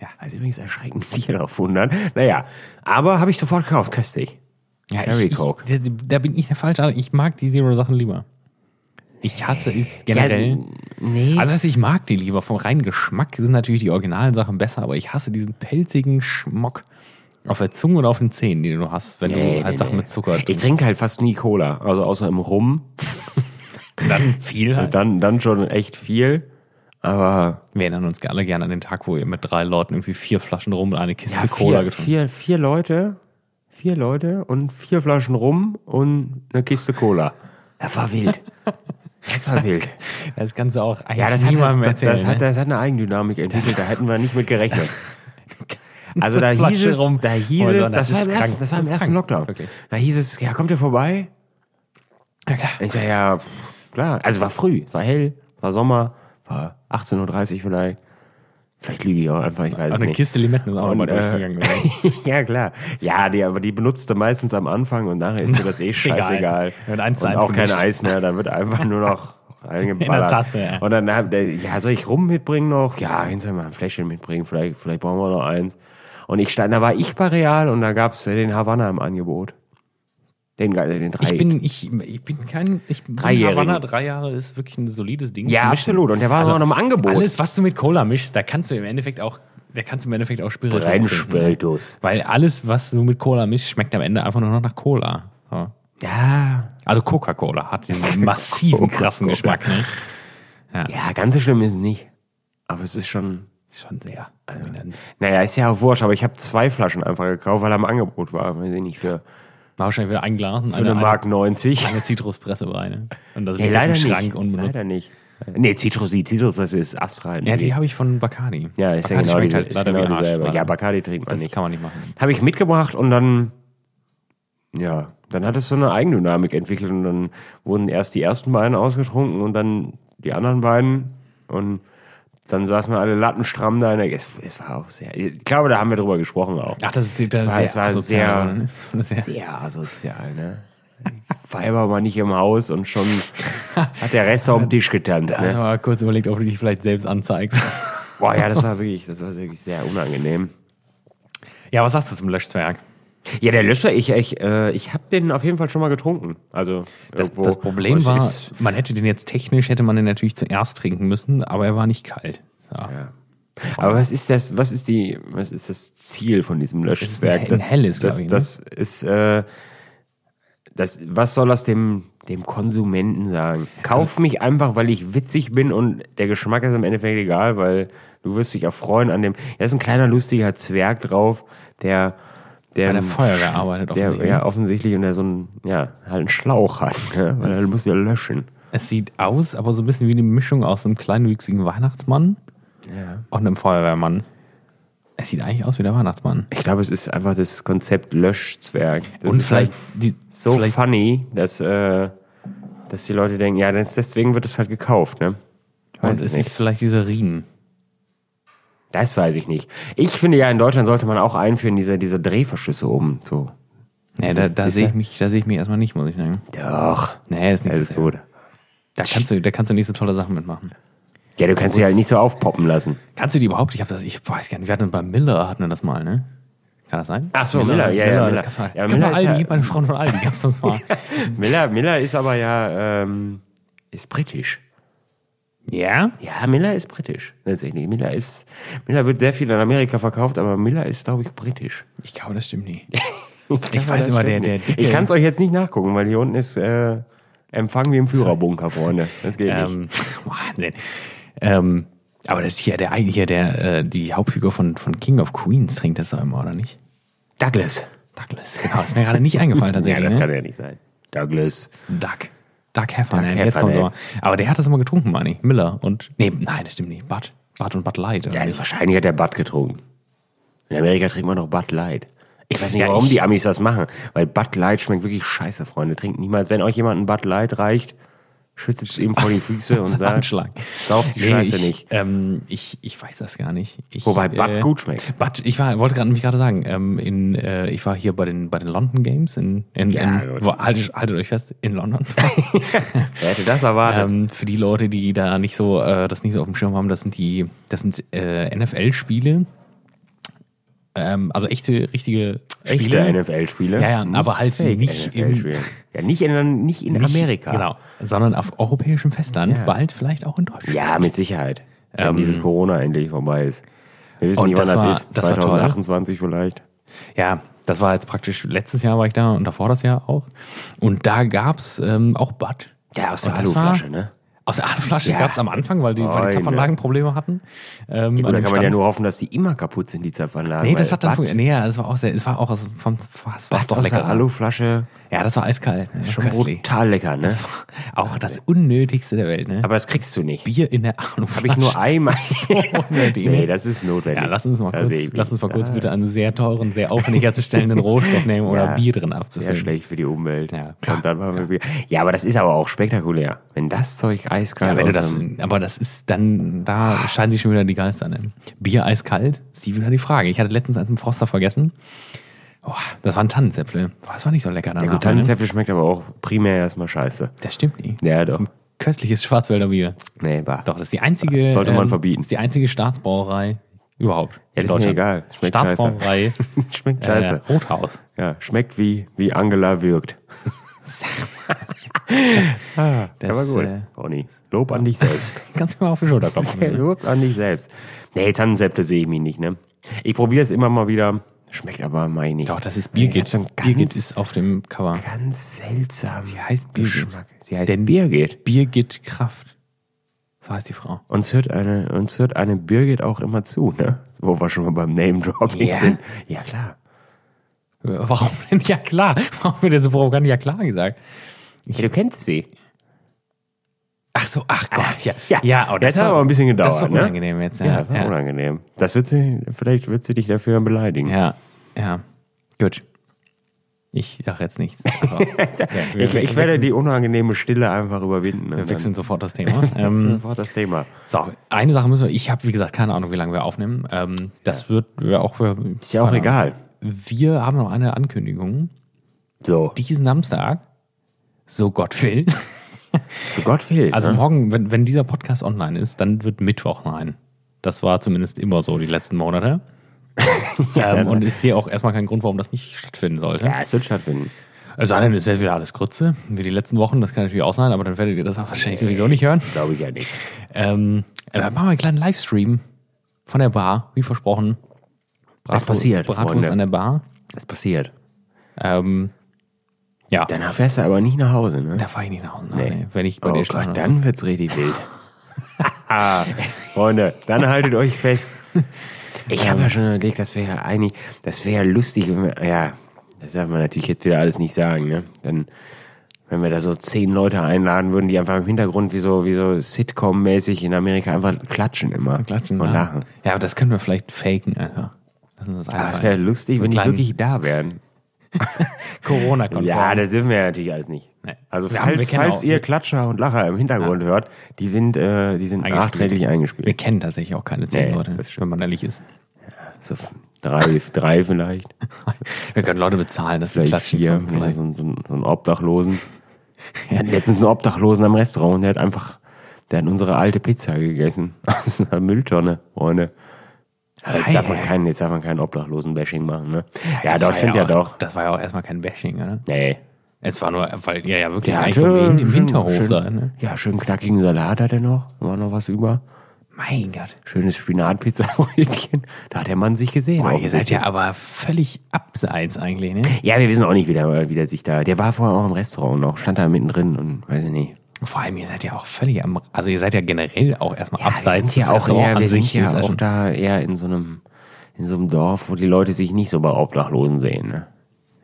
Speaker 1: Ja.
Speaker 2: Also übrigens erschreckend viel auf 100. Naja, aber habe ich sofort gekauft, köstlich.
Speaker 1: Ja,
Speaker 2: Cherry
Speaker 1: ich, ich,
Speaker 2: Coke.
Speaker 1: da, da bin ich der Falsche. Ich mag die Zero-Sachen lieber. Ich hasse es generell.
Speaker 2: nee.
Speaker 1: Also das heißt, ich mag die lieber. Vom reinen Geschmack sind natürlich die originalen Sachen besser, aber ich hasse diesen pelzigen Schmock auf der Zunge und auf den Zähnen, den du hast, wenn
Speaker 2: Nee,
Speaker 1: du halt
Speaker 2: nee,
Speaker 1: Sachen
Speaker 2: nee.
Speaker 1: mit Zucker
Speaker 2: Ich
Speaker 1: trinkst.
Speaker 2: trinke halt fast nie Cola, also außer im Rum.
Speaker 1: Dann viel halt.
Speaker 2: Dann, dann schon echt viel. Aber
Speaker 1: Wir erinnern uns alle gerne an den Tag, wo ihr mit drei Leuten irgendwie vier Flaschen rum und eine Kiste
Speaker 2: vier,
Speaker 1: Cola
Speaker 2: vier,
Speaker 1: getrunken
Speaker 2: vier, Leute, vier Leute und vier Flaschen Rum und eine Kiste Cola. Das war wild. Das war wild.
Speaker 1: habt. Das Ganze auch eigentlich
Speaker 2: Ja, das hat, das,
Speaker 1: niemandem
Speaker 2: das,
Speaker 1: erzählen.
Speaker 2: das, hat,
Speaker 1: ne?
Speaker 2: das hat eine Eigendynamik entwickelt, da hätten wir nicht mit gerechnet. Also da hieß
Speaker 1: Flasche
Speaker 2: es,
Speaker 1: rum.
Speaker 2: da hieß
Speaker 1: Oh,
Speaker 2: es,
Speaker 1: Sonne,
Speaker 2: das,
Speaker 1: das
Speaker 2: war
Speaker 1: ist
Speaker 2: im
Speaker 1: krank.
Speaker 2: ersten, das war im
Speaker 1: Das ist
Speaker 2: ersten
Speaker 1: krank.
Speaker 2: Lockdown.
Speaker 1: Wirklich.
Speaker 2: Da hieß es, ja, kommt ihr vorbei?
Speaker 1: Ja, klar.
Speaker 2: Ich sag ja, pff, klar. Also war früh, war hell, war Sommer, war 18.30 Uhr vielleicht. Vielleicht lüge ich auch einfach, ich weiß
Speaker 1: Auch
Speaker 2: es
Speaker 1: Also eine
Speaker 2: nicht.
Speaker 1: Kiste Limetten ist auch
Speaker 2: Und,
Speaker 1: nochmal
Speaker 2: äh,
Speaker 1: durchgegangen. oder?
Speaker 2: ja, klar. Ja, die, aber die benutzte meistens am Anfang und nachher ist dir das eh
Speaker 1: egal.
Speaker 2: scheißegal.
Speaker 1: Wird eins zu
Speaker 2: und
Speaker 1: eins
Speaker 2: auch kein
Speaker 1: gemischt.
Speaker 2: Eis mehr, da wird einfach nur noch reingeballert.
Speaker 1: In der Tasse, ja.
Speaker 2: Und dann, hab- ja, soll ich Rum mitbringen noch? Ja, hinterher mal ein Fläschchen mitbringen, vielleicht, vielleicht brauchen wir noch eins. Und ich stand, da war ich bei Real und da gab's den Havanna im Angebot. Den, den drei.
Speaker 1: Ich bin, ich, ich bin kein. Ich bin
Speaker 2: Dreijährigen.
Speaker 1: Havana, drei Jahre ist wirklich ein solides Ding.
Speaker 2: ja,
Speaker 1: zu mischen.
Speaker 2: absolut. Und der war auch noch im Angebot.
Speaker 1: Also Alles, was du mit Cola mischst, da kannst du im Endeffekt auch, da kannst du im Endeffekt auch Spiritus trinken.
Speaker 2: Spiritus.
Speaker 1: Weil alles, was du mit Cola mischst, schmeckt am Ende einfach nur noch nach Cola. So.
Speaker 2: Ja.
Speaker 1: Also Coca-Cola hat diesen massiven, krassen
Speaker 2: Coca-Cola.
Speaker 1: Geschmack. Ne?
Speaker 2: Ja, ganz so schlimm ist es nicht. Aber es ist schon.
Speaker 1: Ist schon sehr. dominant.
Speaker 2: Naja, ist ja auch wurscht, aber ich habe zwei Flaschen einfach gekauft, weil er im Angebot war. Weiß ich nicht, für,
Speaker 1: War wahrscheinlich wieder ein Glas und
Speaker 2: für eine Mark 90.
Speaker 1: lange Zitruspresse bei. Ne? Und das
Speaker 2: Nee,
Speaker 1: liegt jetzt im Schrank
Speaker 2: nicht.
Speaker 1: unbenutzt.
Speaker 2: Leider nicht. Nee, Zitrus, die Zitruspresse ist Astra.
Speaker 1: Ja, die habe ich von Bacardi.
Speaker 2: ja ist ja
Speaker 1: Bacardi
Speaker 2: genau,
Speaker 1: schmeckt
Speaker 2: diese,
Speaker 1: halt
Speaker 2: ist
Speaker 1: leider wie
Speaker 2: genau
Speaker 1: Arsch,
Speaker 2: dieselbe.
Speaker 1: leider.
Speaker 2: Ja, Bacardi trinkt man
Speaker 1: Das
Speaker 2: nicht.
Speaker 1: kann man nicht machen.
Speaker 2: Habe ich mitgebracht und dann, ja, dann hat es so eine Eigendynamik entwickelt und dann wurden erst die ersten beiden ausgetrunken und dann die anderen beiden und dann saßen wir alle lattenstramm da. in der- Es, es war auch sehr, ich glaube, da haben wir drüber gesprochen auch.
Speaker 1: Ach, das ist die- das
Speaker 2: war,
Speaker 1: ist
Speaker 2: es war
Speaker 1: asozial,
Speaker 2: sehr,
Speaker 1: ne?
Speaker 2: sehr, asozial, ne? Weiber war nicht im Haus und schon hat der Rest auf dem Tisch getanzt,
Speaker 1: Also
Speaker 2: ne?
Speaker 1: mal kurz überlegt, ob du dich vielleicht selbst anzeigst.
Speaker 2: Boah, ja, das war wirklich, das war wirklich sehr unangenehm.
Speaker 1: ja, was sagst du zum Löschzwerg?
Speaker 2: Ja, der Löscher, ich, ich, äh, ich habe den auf jeden Fall schon mal getrunken. Also
Speaker 1: Das,
Speaker 2: irgendwo.
Speaker 1: das Problem
Speaker 2: Es
Speaker 1: war,
Speaker 2: ist-
Speaker 1: man hätte den jetzt technisch, hätte man den natürlich zuerst trinken müssen, aber er war nicht kalt. Ja.
Speaker 2: ja. aber was ist das? Was ist die? Was ist das Ziel von diesem Löschwerk?
Speaker 1: ein helles,
Speaker 2: das,
Speaker 1: glaub ich, ne?
Speaker 2: Das ist äh, das. Was soll das dem dem Konsumenten sagen? Kauf
Speaker 1: Also
Speaker 2: mich einfach, weil ich witzig bin und der Geschmack ist im Endeffekt egal, weil du wirst dich erfreuen an dem. Da ist ein kleiner lustiger Zwerg drauf, der der,
Speaker 1: Bei der Feuerwehr arbeitet
Speaker 2: der,
Speaker 1: offensichtlich. ne?
Speaker 2: ja, offensichtlich und der so einen, ja, halt einen Schlauch hat, ne? weil er muss ja löschen.
Speaker 1: Es sieht aus, aber so ein bisschen wie eine Mischung aus einem kleinwüchsigen Weihnachtsmann und einem Feuerwehrmann. Es sieht eigentlich aus wie der Weihnachtsmann.
Speaker 2: Ich glaube, es ist einfach das Konzept Löschzwerg. Das
Speaker 1: und
Speaker 2: ist
Speaker 1: vielleicht
Speaker 2: halt
Speaker 1: die,
Speaker 2: so
Speaker 1: vielleicht,
Speaker 2: funny, dass, äh, dass die Leute denken, ja, das- deswegen wird es halt gekauft, ne?
Speaker 1: und
Speaker 2: Weiß
Speaker 1: es
Speaker 2: es
Speaker 1: ist
Speaker 2: nicht.
Speaker 1: vielleicht dieser Riemen.
Speaker 2: Das weiß ich nicht. Ich finde ja, in Deutschland sollte man auch einführen, diese, diese Drehverschlüsse oben. So.
Speaker 1: Nee, da,
Speaker 2: ist-
Speaker 1: da
Speaker 2: ist
Speaker 1: sehe ich
Speaker 2: ja-
Speaker 1: mich, da sehe ich mich erstmal nicht, muss ich sagen.
Speaker 2: Doch.
Speaker 1: Nee, ist nicht
Speaker 2: Das
Speaker 1: so
Speaker 2: ist
Speaker 1: sehr.
Speaker 2: gut.
Speaker 1: Da kannst du, da kannst du nicht so tolle Sachen mitmachen.
Speaker 2: Ja, du kannst sie halt nicht so aufpoppen lassen.
Speaker 1: Kannst du die überhaupt? Ich habe das, ich weiß gar nicht. Wir hatten bei Miller hatten wir das mal, ne? Kann das sein?
Speaker 2: Ach so, Miller, ja, ja,
Speaker 1: Das
Speaker 2: Miller.
Speaker 1: gab's mal.
Speaker 2: Ja,
Speaker 1: Gab
Speaker 2: Miller
Speaker 1: mal
Speaker 2: ist
Speaker 1: Aldi,
Speaker 2: ja-
Speaker 1: gib meine Freundin von Aldi, gab's das mal.
Speaker 2: Miller, Miller ist aber ja, ähm, ist britisch.
Speaker 1: ja?
Speaker 2: Ja, Miller ist britisch, tatsächlich. Miller ist, Miller wird sehr viel in Amerika verkauft, aber Miller ist, glaube ich, britisch.
Speaker 1: Ich glaube, das stimmt nie.
Speaker 2: Ich
Speaker 1: weiß immer, der- der dicke-
Speaker 2: Ich kann es euch jetzt nicht nachgucken, weil hier unten ist äh, Empfang wie im Führerbunker, Freunde. Das geht nicht.
Speaker 1: ähm, Wahnsinn. Ähm, aber das hier, der eigentlich hier, der, äh, die Hauptfigur von, von King of Queens trinkt das doch immer, oder nicht?
Speaker 2: Douglas.
Speaker 1: Douglas. Genau, ist mir gerade nicht eingefallen
Speaker 2: Ja,
Speaker 1: tatsächlich.
Speaker 2: das
Speaker 1: ne?
Speaker 2: kann ja nicht sein. Douglas.
Speaker 1: Duck. Duck Heffernan.
Speaker 2: Duck
Speaker 1: Jetzt kommt
Speaker 2: Heffernan.
Speaker 1: aber. Aber der hat das immer getrunken, meine ich. Miller und. Nee, nein, das stimmt nicht. Bud. Bud und Bud Light. Oder
Speaker 2: Ja, also
Speaker 1: nicht?
Speaker 2: wahrscheinlich hat der Bud getrunken. In Amerika trinkt man noch Bud Light. Ich weiß nicht,
Speaker 1: Ja,
Speaker 2: warum
Speaker 1: ich-
Speaker 2: die Amis das machen, weil Bud Light schmeckt wirklich scheiße, Freunde. Trinkt niemals. Wenn euch jemand ein Bud Light reicht, schützt es ihm vor die Füße und
Speaker 1: Das ist ein
Speaker 2: sagt,
Speaker 1: Anschlag.
Speaker 2: sauf die Scheiße
Speaker 1: ich,
Speaker 2: nicht.
Speaker 1: Ähm, ich, ich weiß das gar nicht. Ich, äh,
Speaker 2: Wobei Bud gut schmeckt.
Speaker 1: Bud, ich war, wollte gerade nämlich gerade sagen, ähm, in, äh, ich war hier bei den, bei den London Games in, in,
Speaker 2: Ja,
Speaker 1: in
Speaker 2: gut.
Speaker 1: wo, haltet, haltet euch fest, in London.
Speaker 2: Wer hätte das erwartet?
Speaker 1: ähm, für die Leute, die da nicht so, äh, das nicht so auf dem Schirm haben, das sind die, das sind äh, NFL-Spiele. Ähm, also echte, richtige
Speaker 2: Echte
Speaker 1: Spiele.
Speaker 2: NFL-Spiele.
Speaker 1: Ja, ja, aber halt
Speaker 2: Fake
Speaker 1: nicht im-
Speaker 2: NFL-Spiele. Ja, nicht in, nicht in
Speaker 1: Nicht-
Speaker 2: Amerika.
Speaker 1: Genau. Sondern auf europäischem Festland,
Speaker 2: Ja.
Speaker 1: bald vielleicht auch in Deutschland.
Speaker 2: Ja, mit Sicherheit. Wenn dieses Corona endlich vorbei ist. Wir wissen
Speaker 1: Ähm, Und
Speaker 2: nicht, wann
Speaker 1: das
Speaker 2: das,
Speaker 1: war-
Speaker 2: ist.
Speaker 1: das war toll.
Speaker 2: 2028 vielleicht.
Speaker 1: Ja, das war jetzt praktisch, letztes Jahr war ich da und davor das Jahr auch. Und da gab's ähm, auch Bud.
Speaker 2: Ja, aus der
Speaker 1: Und das
Speaker 2: Aluflasche,
Speaker 1: war-
Speaker 2: ne?
Speaker 1: Aus der Aluflasche
Speaker 2: Ja.
Speaker 1: gab's am Anfang, weil die, weil die
Speaker 2: Oi,
Speaker 1: Zapfanlagen Probleme hatten. Ähm,
Speaker 2: Gut,
Speaker 1: an
Speaker 2: da
Speaker 1: dem
Speaker 2: kann man ja
Speaker 1: Stand.
Speaker 2: nur hoffen, dass die immer kaputt sind, die Zapfanlagen.
Speaker 1: Nee, das hat dann
Speaker 2: Bad,
Speaker 1: funktioniert. Nee, es war auch sehr, es war auch aus, vom, was, war's doch
Speaker 2: aus der
Speaker 1: lecker.
Speaker 2: Aluflasche.
Speaker 1: Ja, das war eiskalt. Ne?
Speaker 2: Schon
Speaker 1: Köstlich.
Speaker 2: brutal lecker, ne?
Speaker 1: Auch das Unnötigste der Welt, ne?
Speaker 2: Aber das kriegst du nicht.
Speaker 1: Bier in der Aluflasche.
Speaker 2: Habe ich nur einmal.
Speaker 1: unnötig, ne?
Speaker 2: nee, das ist notwendig.
Speaker 1: ja, lass uns mal
Speaker 2: Also
Speaker 1: kurz,
Speaker 2: ich-
Speaker 1: lass uns mal kurz
Speaker 2: Ja,
Speaker 1: bitte einen sehr teuren, sehr aufwendig herzustellenden Rohstoff nehmen oder
Speaker 2: Ja.
Speaker 1: Bier drin
Speaker 2: Sehr
Speaker 1: abzufüllen.
Speaker 2: schlecht für die Umwelt.
Speaker 1: Ja, klar.
Speaker 2: klar. Und dann machen wir Bier. ja, aber das ist aber auch spektakulär. Wenn das Zeug eiskalt
Speaker 1: Ja, wenn du
Speaker 2: aus
Speaker 1: das,
Speaker 2: einem-
Speaker 1: aber das ist dann, da scheinen sich schon wieder die Geister. Ne? Bier eiskalt, ist die wieder die Frage. Ich hatte letztens eins im Froster vergessen. Oh, das waren Tannenzäpfel. Boah, das war nicht so lecker danach.
Speaker 2: Ja, gut,
Speaker 1: ne?
Speaker 2: Tannenzäpfel schmeckt aber auch primär erstmal scheiße.
Speaker 1: Das stimmt nicht.
Speaker 2: Ja, doch.
Speaker 1: Köstliches Schwarzwälder Bier.
Speaker 2: Nee, bah.
Speaker 1: Hm. Doch, das ist die einzige.
Speaker 2: Sollte man verbieten.
Speaker 1: Ist die einzige Staatsbrauerei Überhaupt.
Speaker 2: Ja,
Speaker 1: in
Speaker 2: ist mir
Speaker 1: Deutschland.
Speaker 2: egal. Schmeckt scheiße.
Speaker 1: Staatsbrauerei.
Speaker 2: Schmeckt
Speaker 1: Äh,
Speaker 2: scheiße.
Speaker 1: Rothaus.
Speaker 2: Ja, schmeckt wie, wie Angela wirkt.
Speaker 1: Das,
Speaker 2: Aber gut,
Speaker 1: Äh,
Speaker 2: Ronny, Lob an dich selbst.
Speaker 1: kannst du mir auf die Schulter klopfen.
Speaker 2: Ja,
Speaker 1: ne?
Speaker 2: Lob an dich selbst. Nee, Tannensäfte sehe ich mich nicht, ne? Ich probiere es immer mal wieder. Schmeckt aber, meine ich.
Speaker 1: Doch, das ist
Speaker 2: Ich hab
Speaker 1: Birgit.
Speaker 2: so einen ganz,
Speaker 1: Birgit ist auf dem Cover.
Speaker 2: ganz seltsam. Sie
Speaker 1: heißt Birgit.
Speaker 2: Sie heißt
Speaker 1: Denn-
Speaker 2: Birgit.
Speaker 1: Birgit Kraft. So heißt die Frau.
Speaker 2: Uns hört, eine, uns hört eine Birgit auch immer zu, ne? Wo wir schon mal beim Name-Dropping
Speaker 1: Ja.
Speaker 2: sind. Ja, klar.
Speaker 1: Warum denn? Ja klar. Warum wird er so provokant? Ja klar gesagt.
Speaker 2: Ja, du kennst sie.
Speaker 1: Ach so, ach Gott, ja.
Speaker 2: ja.
Speaker 1: oh,
Speaker 2: Das hat aber ein bisschen gedauert,
Speaker 1: Das war
Speaker 2: ne?
Speaker 1: unangenehm jetzt, ja.
Speaker 2: Ja, das war
Speaker 1: ja.
Speaker 2: unangenehm. Das wird sie, vielleicht wird sie dich dafür beleidigen.
Speaker 1: Ja, ja. Gut. Ich sage jetzt nichts. Aber ja, wir
Speaker 2: Ich, ich
Speaker 1: wechseln-
Speaker 2: werde die unangenehme Stille einfach überwinden.
Speaker 1: wir wechseln sofort das Thema. ähm,
Speaker 2: sofort das Thema.
Speaker 1: so, eine Sache müssen wir. Ich habe, wie gesagt, keine Ahnung, wie lange wir aufnehmen. Ähm, das wird wir auch für.
Speaker 2: Ist ja auch egal.
Speaker 1: Wir haben noch eine Ankündigung.
Speaker 2: So,
Speaker 1: Diesen Samstag, so Gott will.
Speaker 2: zu Gott will.
Speaker 1: Also
Speaker 2: ne?
Speaker 1: morgen, wenn, wenn dieser Podcast online ist, dann wird Mittwoch sein. Das war zumindest immer so die letzten Monate. ähm, und ich sehe auch erstmal keinen Grund, warum das nicht stattfinden sollte.
Speaker 2: ja, es wird stattfinden.
Speaker 1: Es sei denn, es ist wieder alles Grütze, wie die letzten Wochen, das kann natürlich auch sein, aber dann werdet ihr das auch wahrscheinlich sowieso nicht hören.
Speaker 2: Glaube ich ja nicht.
Speaker 1: Ähm, aber machen wir einen kleinen Livestream von der Bar, wie versprochen.
Speaker 2: Es passiert,
Speaker 1: Bratwurst
Speaker 2: Freunde.
Speaker 1: an der Bar.
Speaker 2: Es passiert.
Speaker 1: Ähm, ja,
Speaker 2: Danach fährst du aber nicht nach Hause, ne?
Speaker 1: da fahre ich nicht nach Hause. Nein, nee. Wenn ich bei
Speaker 2: oh
Speaker 1: dir
Speaker 2: Gott,
Speaker 1: schlafe.
Speaker 2: dann wird's richtig wild. Haha, Freunde, dann haltet euch fest. Ich habe ja schon überlegt, das wäre ja eigentlich, das wäre ja lustig, wenn wir, ja, das darf man natürlich jetzt wieder alles nicht sagen, ne? Dann, wenn wir da so zehn Leute einladen würden, die einfach im Hintergrund wie so, wie so Sitcom-mäßig in Amerika einfach klatschen immer.
Speaker 1: Klatschen,
Speaker 2: und
Speaker 1: ja.
Speaker 2: lachen. Ah,
Speaker 1: Ja, aber das können wir vielleicht faken einfach. Lassen wir uns
Speaker 2: Aber
Speaker 1: einfallen.
Speaker 2: es wäre lustig,
Speaker 1: So
Speaker 2: wenn die
Speaker 1: kleinen-
Speaker 2: wirklich da wären.
Speaker 1: Corona-konform.
Speaker 2: Ja, das dürfen wir ja natürlich alles nicht.
Speaker 1: Nee.
Speaker 2: Also
Speaker 1: Ja, wir
Speaker 2: falls,
Speaker 1: kennen
Speaker 2: falls
Speaker 1: auch-
Speaker 2: ihr Klatscher und Lacher im Hintergrund hört, die sind, äh, die sind
Speaker 1: Eingespielt.
Speaker 2: nachträglich eingespielt.
Speaker 1: wir kennen tatsächlich auch keine zehn
Speaker 2: Nee,
Speaker 1: Leute,
Speaker 2: das
Speaker 1: wenn man ehrlich ist.
Speaker 2: So f- drei, drei vielleicht.
Speaker 1: Wir können Leute bezahlen, dass sie
Speaker 2: Vielleicht
Speaker 1: klatschen.
Speaker 2: vier.
Speaker 1: können,
Speaker 2: Ja,
Speaker 1: vielleicht.
Speaker 2: so, ein- so, ein- so einen Obdachlosen. Wir hatten letztens einen Obdachlosen am Restaurant und der hat einfach, der hat unsere alte Pizza gegessen. Aus einer Mülltonne, Freunde. Aber Jetzt darf, man keinen, jetzt darf man keinen Obdachlosen-Bashing machen, ne? Ja,
Speaker 1: Das
Speaker 2: dort
Speaker 1: war
Speaker 2: findet ja,
Speaker 1: auch,
Speaker 2: doch.
Speaker 1: Das war ja auch erstmal kein Bashing, oder?
Speaker 2: Nee.
Speaker 1: Es war nur, weil ja ja wirklich eigentlich
Speaker 2: hatte
Speaker 1: so im, im
Speaker 2: schön-
Speaker 1: Hinterhof
Speaker 2: schön,
Speaker 1: sein. Ne?
Speaker 2: Ja, schön knackigen Salat hat er noch. War noch was über.
Speaker 1: Mein Gott.
Speaker 2: Schönes Spinatpizza-Brötchen. Da hat der Mann sich gesehen.
Speaker 1: Boah, ihr
Speaker 2: offensichtlich.
Speaker 1: seid ja aber völlig abseits eigentlich, ne?
Speaker 2: Ja, wir wissen auch nicht, wie der, wie der sich da. Der war vorher auch im Restaurant noch, stand da mittendrin und weiß ich nicht.
Speaker 1: Vor allem, ihr seid ja auch völlig am, also ihr seid ja generell auch erstmal
Speaker 2: wir
Speaker 1: abseits
Speaker 2: sind ja auch,
Speaker 1: Restaurants
Speaker 2: eher, wir sind
Speaker 1: Das
Speaker 2: ja also
Speaker 1: ist
Speaker 2: auch
Speaker 1: schon-
Speaker 2: da eher in so einem in so einem Dorf, wo die Leute sich nicht so bei Obdachlosen sehen. Ne?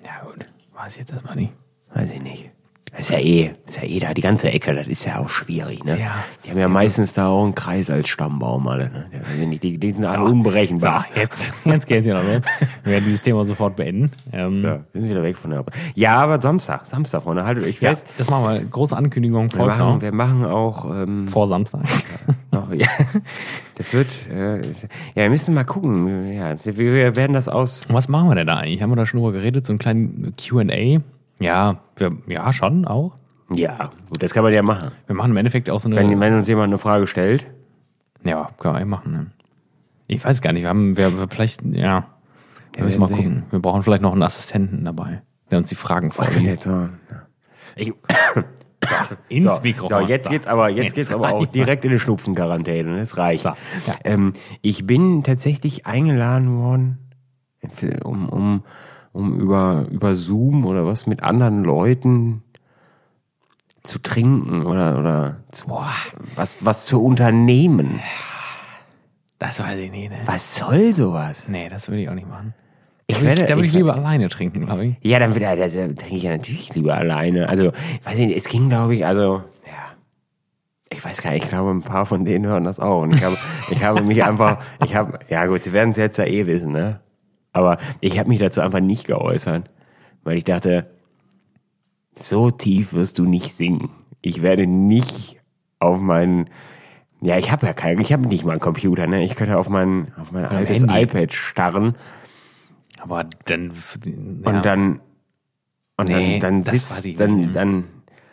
Speaker 1: Ja gut, weiß ich jetzt erstmal nicht.
Speaker 2: Weiß ich nicht. Das ist ja eh, ist ja eh da die ganze Ecke. Das ist ja auch schwierig. Ne?
Speaker 1: Sehr,
Speaker 2: die haben ja meistens da auch einen Kreis als Stammbaum alle. Ne? Die, weiß ich nicht, die, die sind alle unberechenbar.
Speaker 1: So, jetzt, jetzt geht's ja noch los. Wir werden dieses Thema sofort beenden. Ähm,
Speaker 2: ne? Ja, wir sind wieder weg von der. Ja, aber Samstag, Samstag, Freunde, haltet euch
Speaker 1: Ja,
Speaker 2: fest.
Speaker 1: das machen wir. Große Ankündigung
Speaker 2: Wir
Speaker 1: folgt noch.
Speaker 2: machen, wir machen auch ähm,
Speaker 1: Vor Samstag.
Speaker 2: Noch, Oh, ja. Das wird, äh, ja, wir müssen mal gucken. Ja, wir, wir werden das aus.
Speaker 1: Und Was machen wir denn da eigentlich? Haben wir da schon drüber geredet? So einen kleinen Q&A? Ja, wir, ja, schon auch.
Speaker 2: Ja, gut, das kann man ja machen.
Speaker 1: Wir machen im Endeffekt auch so eine...
Speaker 2: Wenn, wenn uns jemand eine Frage stellt,
Speaker 1: ja, können wir eigentlich machen. Ne? Ich weiß gar nicht. Wir haben wir, wir vielleicht... Ja, wir müssen
Speaker 2: werden
Speaker 1: mal
Speaker 2: sehen.
Speaker 1: gucken. Wir brauchen vielleicht noch einen Assistenten dabei, der uns die Fragen
Speaker 2: kann
Speaker 1: vorliest.
Speaker 2: jetzt so- ich,
Speaker 1: Ins
Speaker 2: so, so, jetzt geht's aber, jetzt, geht's aber auch direkt in die Schnupfenquarantäne. ne? Das reicht.
Speaker 1: So, ja.
Speaker 2: Ähm, ich bin tatsächlich eingeladen worden, für- um, um, um über, über Zoom oder was mit anderen Leuten zu trinken oder, oder zu, was, was zu unternehmen.
Speaker 1: Das weiß ich nicht. Ne?
Speaker 2: Was soll sowas?
Speaker 1: Nee, das würde ich auch nicht machen.
Speaker 2: Ich
Speaker 1: da würde ich lieber alleine trinken, glaube ich.
Speaker 2: Ja, dann, dann, dann, dann trinke ich ja natürlich lieber alleine. Also, ich weiß nicht, es ging, glaube ich, also, ja. Ich weiß gar nicht, ich glaube, ein paar von denen hören das auch. Und ich habe, ich habe mich einfach, ich habe, ja gut, sie werden es jetzt ja eh wissen, ne? Aber ich habe mich dazu einfach nicht geäußert, weil ich dachte, so tief wirst du nicht singen. Ich werde nicht auf meinen, ja, ich habe ja keinen, ich habe nicht mal einen Computer, ne? Ich könnte auf mein, auf mein altes
Speaker 1: Handy.
Speaker 2: iPad starren.
Speaker 1: Aber dann...
Speaker 2: Und dann und
Speaker 1: Nee,
Speaker 2: dann, dann
Speaker 1: das weiß
Speaker 2: sitzt
Speaker 1: ich
Speaker 2: dann
Speaker 1: nicht, ne?
Speaker 2: dann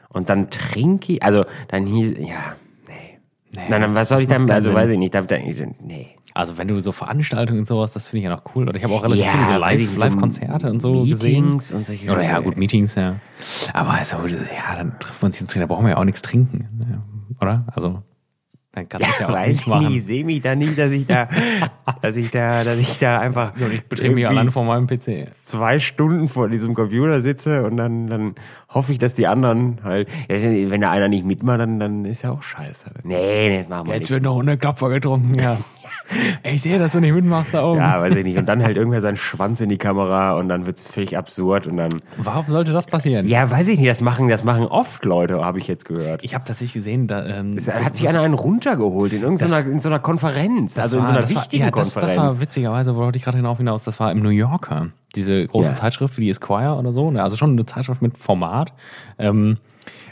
Speaker 2: und dann trinke ich, also dann hieß ja, nee.
Speaker 1: Nee,
Speaker 2: Nein, dann,
Speaker 1: das-
Speaker 2: was soll
Speaker 1: das
Speaker 2: ich dann
Speaker 1: macht keinen
Speaker 2: also
Speaker 1: Sinn.
Speaker 2: weiß ich nicht, da, da, nee.
Speaker 1: Also wenn du so Veranstaltungen und sowas, das finde ich ja noch cool. Oder ich habe auch relativ
Speaker 2: Ja,
Speaker 1: viele so
Speaker 2: weiß ich,
Speaker 1: Live-
Speaker 2: so
Speaker 1: Live-Konzerte und so
Speaker 2: Meetings
Speaker 1: gesehen.
Speaker 2: und solche
Speaker 1: Oder ja,
Speaker 2: Sachen,
Speaker 1: gut,
Speaker 2: ey.
Speaker 1: Meetings, ja. Aber also, ja, dann trifft man sich und trinkt, da brauchen wir ja auch nichts trinken. ne? Oder? Also, dann kann das ja, auch
Speaker 2: Weiß
Speaker 1: nicht
Speaker 2: ich nie,
Speaker 1: machen.
Speaker 2: sehe mich da nicht, dass ich da, dass ich da, dass ich da einfach
Speaker 1: Ich betriebe mich
Speaker 2: irgendwie
Speaker 1: allein vor meinem PC.
Speaker 2: zwei Stunden vor diesem Computer sitze und dann, dann hoffe ich, dass die anderen halt, Ja, ist ja- wenn da einer nicht mitmacht, dann, dann ist ja auch scheiße. Nee, das machen wir
Speaker 1: Jetzt
Speaker 2: nicht.
Speaker 1: wird noch ohne Klopfer getrunken, ja. Ich sehe, dass du nicht mitmachst da oben.
Speaker 2: Ja, weiß ich nicht. Und dann hält irgendwer seinen Schwanz in die Kamera und dann wird's völlig absurd und dann,
Speaker 1: Warum sollte das passieren?
Speaker 2: ja, weiß ich nicht, das machen, das machen oft Leute, habe ich jetzt gehört.
Speaker 1: Ich habe tatsächlich gesehen, da, ähm,
Speaker 2: Da hat sich einer einen runtergeholt in irgendeiner, in so einer Konferenz, also in so einer
Speaker 1: das
Speaker 2: wichtigen
Speaker 1: ja, das,
Speaker 2: Konferenz.
Speaker 1: das war witzigerweise, worauf ich gerade hinauf hinaus, das war im New Yorker. Diese große
Speaker 2: Ja.
Speaker 1: Zeitschrift wie die Esquire oder so, ne, also schon eine Zeitschrift mit Format. Ähm,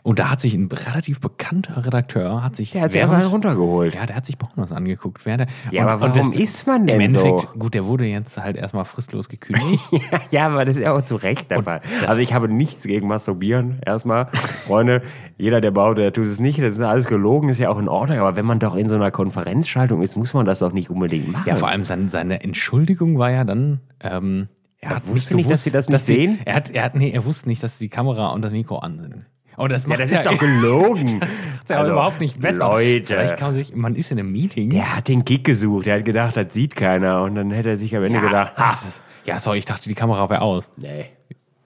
Speaker 1: und da hat sich ein relativ bekannter Redakteur, hat sich,
Speaker 2: der hat sich einfach einen runtergeholt.
Speaker 1: ja, der hat sich Pornos angeguckt. Während, er-
Speaker 2: Ja, aber warum ist man
Speaker 1: Im
Speaker 2: denn
Speaker 1: Endeffekt,
Speaker 2: so?
Speaker 1: gut, der wurde jetzt halt erstmal fristlos gekündigt.
Speaker 2: Ja, aber das ist ja auch zu Recht der Fall.
Speaker 1: das-
Speaker 2: Also ich habe nichts gegen Masturbieren. Erstmal, Freunde, jeder, der behauptet, er tut es nicht, das ist alles gelogen, ist ja auch in Ordnung. Aber wenn man doch in so einer Konferenzschaltung ist, muss man das doch nicht unbedingt machen.
Speaker 1: Ja, vor allem sein, seine Entschuldigung war ja dann. Ähm, er hat
Speaker 2: wusste nicht, dass sie das nicht sehen?
Speaker 1: Er, hat, er, hat, nee, er wusste nicht, dass die Kamera und das Mikro an sind. Und das
Speaker 2: ja,
Speaker 1: macht
Speaker 2: das ist doch gelogen. das
Speaker 1: macht's ja also, überhaupt nicht besser. Vielleicht
Speaker 2: Leute.
Speaker 1: kann man sich, man ist in einem Meeting.
Speaker 2: Der hat den Gig gesucht, der hat gedacht, das sieht keiner. Und dann hätte er sich am Ende gedacht, ha,
Speaker 1: das ist, ja, sorry, ich dachte, die Kamera wäre aus.
Speaker 2: nee.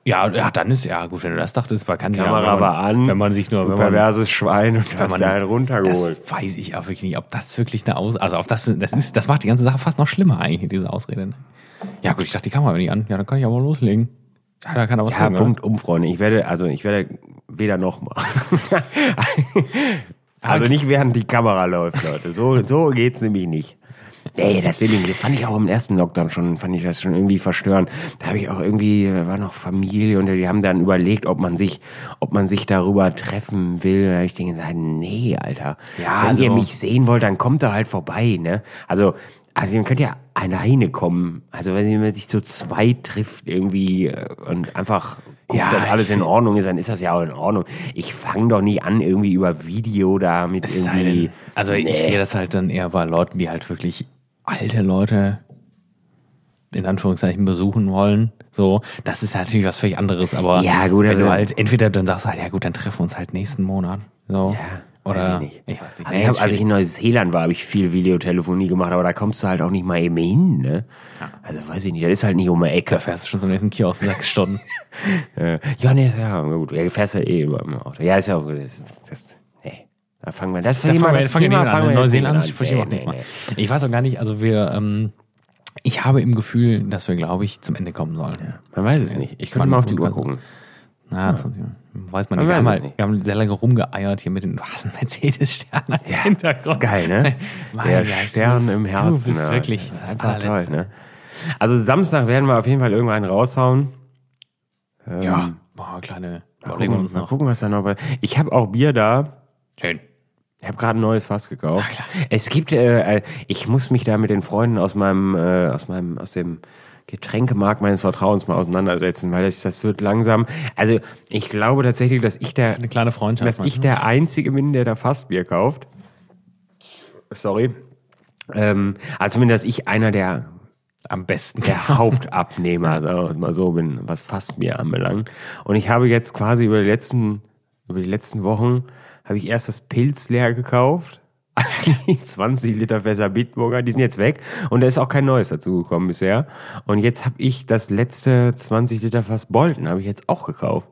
Speaker 1: Ja, ja, dann ist ja gut, wenn du das dachtest, man kann sie
Speaker 2: Kamera
Speaker 1: ja, wenn man,
Speaker 2: war an,
Speaker 1: wenn man sich nur, wenn man,
Speaker 2: Perverses Schwein und
Speaker 1: wenn
Speaker 2: hast
Speaker 1: man
Speaker 2: da einen runtergeholt.
Speaker 1: Das weiß ich auch wirklich nicht, ob das wirklich eine Aus, also ob das, das ist, das macht die ganze Sache fast noch schlimmer eigentlich, diese Ausrede. ne? Ja gut, ich dachte, die Kamera nicht an. Ja, dann kann ich auch mal loslegen. Ja, da kann aber was
Speaker 2: Ja,
Speaker 1: sagen, oder?
Speaker 2: Punkt um, Freunde. Ich werde, also ich werde weder noch mal. also nicht während die Kamera läuft, Leute. So, so geht's nämlich nicht. Nee, das will ich nicht. Das fand ich auch im ersten Lockdown schon, fand ich das schon irgendwie verstörend. Da habe ich auch irgendwie, da war noch Familie und die haben dann überlegt, ob man sich, ob man sich darüber treffen will. Und da hab ich denke, nee, Alter.
Speaker 1: Ja,
Speaker 2: Wenn
Speaker 1: also-
Speaker 2: ihr mich sehen wollt, dann kommt da halt vorbei, ne? Also, also ihr könnt ja alleine kommen. Also wenn man sich zu zweit trifft irgendwie äh, und einfach guckt,
Speaker 1: Ja,
Speaker 2: dass
Speaker 1: ich
Speaker 2: alles in
Speaker 1: find-
Speaker 2: Ordnung ist, dann ist das ja auch in Ordnung. Ich fange doch nicht an, irgendwie über Video da mit
Speaker 1: Es sei
Speaker 2: irgendwie.
Speaker 1: denn, also ich sehe das halt dann eher bei Leuten, die halt wirklich alte Leute in Anführungszeichen besuchen wollen. So, das ist halt natürlich was völlig anderes, aber
Speaker 2: Ja, gut,
Speaker 1: wenn du
Speaker 2: aber-
Speaker 1: halt entweder dann sagst du halt, ja gut, dann treffen wir uns halt nächsten Monat. So.
Speaker 2: Ja,
Speaker 1: Oder
Speaker 2: weiß ich nicht.
Speaker 1: weiß nicht.
Speaker 2: Also ich hab, als ich in Neuseeland war, habe ich viel Videotelefonie gemacht, aber da kommst du halt auch nicht mal eben hin, ne? Also weiß ich nicht, das ist halt nicht um die Ecke.
Speaker 1: da fährst du schon zum nächsten Kiosk sechs Stunden.
Speaker 2: Äh, ja, nee, ja, gut. Ja, fährst ja eh über im Auto. Ja, ist ja auch gut. Das, das, nee. Da fangen wir, das
Speaker 1: Da
Speaker 2: Thema-
Speaker 1: fangen wir,
Speaker 2: das
Speaker 1: fangen wir
Speaker 2: Thema
Speaker 1: nicht an.
Speaker 2: fangen
Speaker 1: ne?
Speaker 2: wir jetzt nicht
Speaker 1: Neuseeland,
Speaker 2: an.
Speaker 1: ich verstehe
Speaker 2: Nee,
Speaker 1: auch nichts
Speaker 2: nee,
Speaker 1: mehr. Ich weiß auch gar nicht, also wir, ähm, ich habe im Gefühl, dass wir, glaube ich, zum Ende kommen sollen.
Speaker 2: nee. Man weiß es nicht. Ich könnte
Speaker 1: Wann-
Speaker 2: mal auf die Uhr
Speaker 1: wann-
Speaker 2: gucken.
Speaker 1: Na, 20 Uhr. Weiß man
Speaker 2: Man
Speaker 1: nicht. Wir
Speaker 2: weiß
Speaker 1: haben,
Speaker 2: es
Speaker 1: halt,
Speaker 2: nicht.
Speaker 1: wir haben sehr lange rumgeeiert hier mit dem. Du hast einen Mercedes-Stern als Hintergrund.
Speaker 2: Das ist geil, ne?
Speaker 1: Mein
Speaker 2: Der
Speaker 1: Gott, du
Speaker 2: Stern
Speaker 1: bist-
Speaker 2: im Herzen.
Speaker 1: Du bist
Speaker 2: ne?
Speaker 1: wirklich
Speaker 2: Das
Speaker 1: das
Speaker 2: ist einfach toll,
Speaker 1: Allerletzte.
Speaker 2: ne? Also Samstag werden wir auf jeden Fall irgendwann raushauen. Ähm,
Speaker 1: Ja. Boah, kleine.
Speaker 2: Mal
Speaker 1: Überlegen wir
Speaker 2: gucken,
Speaker 1: uns
Speaker 2: mal
Speaker 1: noch.
Speaker 2: gucken, was da noch bei. Ich habe auch Bier da.
Speaker 1: Schön.
Speaker 2: Ich habe gerade ein neues Fass gekauft. Es gibt, äh, äh, ich muss mich da mit den Freunden aus meinem, äh, aus meinem, aus dem Getränkemarkt meines Vertrauens mal auseinandersetzen, weil das, das wird langsam. Also ich glaube tatsächlich, dass ich der,
Speaker 1: Eine kleine Freundschaft. ne?
Speaker 2: dass ich
Speaker 1: manchmal.
Speaker 2: der Einzige bin, der da Fassbier kauft. Sorry. Ähm, also zumindest, dass ich einer der
Speaker 1: Am besten.
Speaker 2: der Hauptabnehmer, sagen wir es mal so bin, was fast mir anbelangt. Und ich habe jetzt quasi über die letzten, über die letzten Wochen habe ich erst das Pilz leer gekauft. Also die 20 Liter Fässer Bitburger, die sind jetzt weg und da ist auch kein neues dazugekommen bisher. Und jetzt habe ich das letzte 20 Liter Fass Bolton, habe ich jetzt auch gekauft.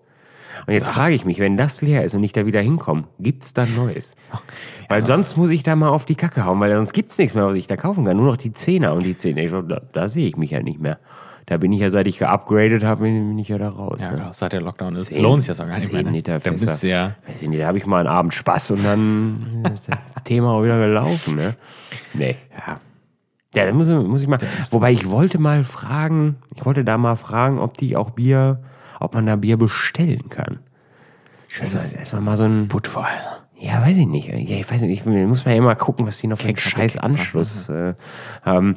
Speaker 2: Und jetzt frage ich mich, wenn das leer ist und ich da wieder hinkomme, gibt's da Neues?
Speaker 1: Also
Speaker 2: Weil sonst muss ich da mal auf die Kacke hauen, weil sonst gibt's nichts mehr, was ich da kaufen kann. Nur noch die Zehner und die Zehner. Ich, glaub, da, da sehe ich mich ja nicht mehr. Da bin ich ja, seit ich geupgradet habe, bin bin ich ja da raus.
Speaker 1: Ja,
Speaker 2: ne?
Speaker 1: klar, seit der Lockdown ist.
Speaker 2: Zehn-
Speaker 1: lohnt sich das auch gar nicht
Speaker 2: zehn
Speaker 1: mehr. ne?
Speaker 2: Liter
Speaker 1: Da
Speaker 2: Fässer.
Speaker 1: bist du ja.
Speaker 2: Weiß ich nicht, da habe ich mal einen Abend Spaß und dann ist das Thema auch wieder gelaufen, ne? Nee. Ja. Ja, das muss, muss ich mal. Wobei ich wollte mal fragen, ich wollte da mal fragen, ob die auch Bier, ob man da Bier bestellen kann. Erstmal erstmal mal so ein.
Speaker 1: Putvoll.
Speaker 2: Ja, weiß ich nicht. Ja, ich weiß nicht. Ich muss mal immer gucken, was die noch für einen
Speaker 1: Kick-
Speaker 2: scheiß
Speaker 1: Kick-
Speaker 2: Anschluss
Speaker 1: ne?
Speaker 2: äh, haben.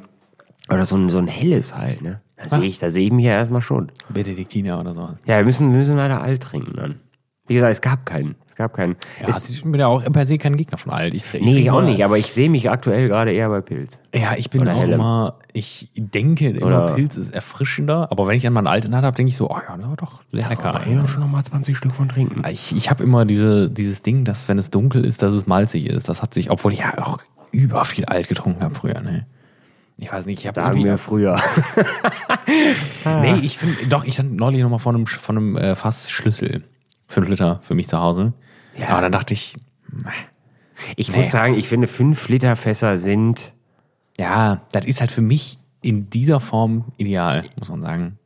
Speaker 2: Oder so ein, so ein helles halt, ne? Da sehe ich, da sehe ich mich ja erstmal schon.
Speaker 1: Benediktiner oder sowas.
Speaker 2: Ja, wir müssen, wir müssen leider alt trinken dann. Wie gesagt, es gab keinen. Es gab keinen.
Speaker 1: Ja, also
Speaker 2: es,
Speaker 1: ich bin ja auch per se kein Gegner von alt. Ich, ich
Speaker 2: nee, ich auch
Speaker 1: immer-
Speaker 2: nicht, aber ich sehe mich aktuell gerade eher bei Pilz.
Speaker 1: Ja, ich bin
Speaker 2: Oder
Speaker 1: auch
Speaker 2: helle.
Speaker 1: immer, ich denke immer,
Speaker 2: Oder-
Speaker 1: Pilz ist erfrischender, aber wenn ich an meinen alten habe, denke ich so, oh ja, na, doch, sehr lecker.
Speaker 2: ja schon nochmal 20 Stück von trinken.
Speaker 1: Ich, ich habe immer diese, dieses Ding, dass wenn es dunkel ist, dass es malzig ist. Das hat sich, obwohl ich ja auch über viel alt getrunken habe früher, ne? Ich weiß nicht, ich habe
Speaker 2: Sagen wir früher.
Speaker 1: Nee, ich finde, doch, ich stand neulich nochmal vor einem, vor einem äh, Fass Schlüssel. Fünf Liter für mich zu Hause. Ja. Aber dann dachte ich,
Speaker 2: Ich muss sagen, ich finde 5 Liter Fässer sind
Speaker 1: ja, das ist halt für mich in dieser Form ideal, muss man sagen.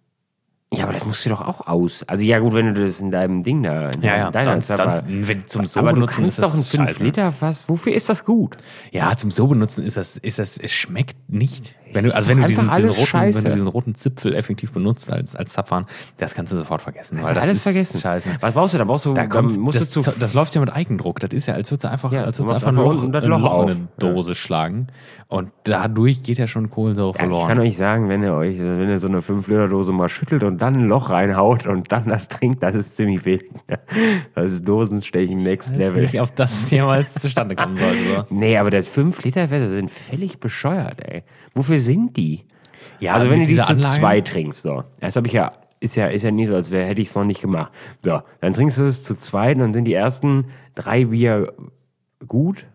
Speaker 2: Ja, aber das musst du doch auch aus. Also ja gut, wenn du das in deinem Ding da, in deiner
Speaker 1: sonst,
Speaker 2: Zapper-
Speaker 1: sonst, wenn zum so
Speaker 2: aber du
Speaker 1: benutzen
Speaker 2: kannst
Speaker 1: ist
Speaker 2: doch ein
Speaker 1: das
Speaker 2: 5
Speaker 1: scheiße.
Speaker 2: Liter Fass. Wofür ist das gut?
Speaker 1: Ja, zum so benutzen ist das, ist das, es schmeckt nicht. Wenn du,
Speaker 2: ist
Speaker 1: also wenn du,
Speaker 2: doch
Speaker 1: diesen,
Speaker 2: einfach
Speaker 1: diesen
Speaker 2: alles
Speaker 1: roten,
Speaker 2: scheiße.
Speaker 1: wenn du diesen roten Zipfel effektiv benutzt als, als Zapfhahn, das kannst du sofort vergessen. Weil
Speaker 2: Hast du
Speaker 1: das
Speaker 2: alles
Speaker 1: ist
Speaker 2: vergessen.
Speaker 1: Scheiße.
Speaker 2: Was brauchst du? Da brauchst du,
Speaker 1: Da kommt,
Speaker 2: dann musst
Speaker 1: das,
Speaker 2: du zu.
Speaker 1: das läuft ja mit Eigendruck. Das ist ja, als würdest du einfach,
Speaker 2: Ja,
Speaker 1: als
Speaker 2: du
Speaker 1: würdest du
Speaker 2: machst
Speaker 1: einfach ein
Speaker 2: einfach
Speaker 1: Loch,
Speaker 2: unten das
Speaker 1: ein
Speaker 2: Loch
Speaker 1: Loch in eine
Speaker 2: auf. Ja.
Speaker 1: Dose schlagen. Und dadurch geht ja schon Kohlensäure
Speaker 2: Ja, ich kann
Speaker 1: verloren.
Speaker 2: euch sagen, wenn ihr euch, wenn ihr so eine 5 Liter Dose mal schüttelt und dann ein Loch reinhaut und dann das trinkt, das ist ziemlich wild. Das ist Dosenstechen Next
Speaker 1: Ich weiß
Speaker 2: Level.
Speaker 1: nicht, ob das jemals zustande kommen sollte. So.
Speaker 2: Nee, aber das 5 Liter Fässer sind völlig bescheuert, ey. Wofür sind die?
Speaker 1: Ja,
Speaker 2: also wenn
Speaker 1: Äh, mit
Speaker 2: du die
Speaker 1: dieser
Speaker 2: zu
Speaker 1: Anlage-
Speaker 2: zwei trinkst, so. Das habe ich ja, ist ja, ist ja nicht so, als wäre, hätte ich es noch nicht gemacht. So, dann trinkst du es zu zweit und dann sind die ersten drei Bier gut,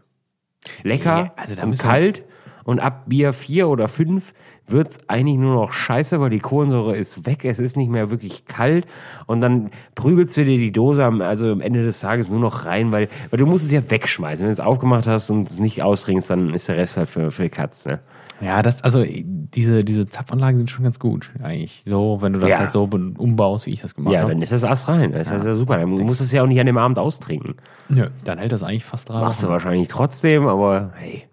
Speaker 2: lecker
Speaker 1: Ja, also da
Speaker 2: und
Speaker 1: müssen wir-
Speaker 2: kalt. Und ab Bier vier oder fünf wird's eigentlich nur noch scheiße, weil die Kohlensäure ist weg, es ist nicht mehr wirklich kalt und dann prügelst du dir die Dose am, also am Ende des Tages nur noch rein, weil, weil du musst es ja wegschmeißen. Wenn du es aufgemacht hast und es nicht austrinkst, dann ist der Rest halt für, für die Katz. Ne?
Speaker 1: Ja, das, also diese, diese Zapfanlagen sind schon ganz gut, eigentlich. So, wenn du das
Speaker 2: Ja.
Speaker 1: halt so be- umbaust, wie ich das gemacht
Speaker 2: Ja,
Speaker 1: habe.
Speaker 2: dann ist das Ast rein. Das ist ja super. Dann musst du es ja auch nicht an dem Abend austrinken.
Speaker 1: Nö, dann hält das eigentlich fast drei
Speaker 2: Machst du wahrscheinlich trotzdem, aber hey.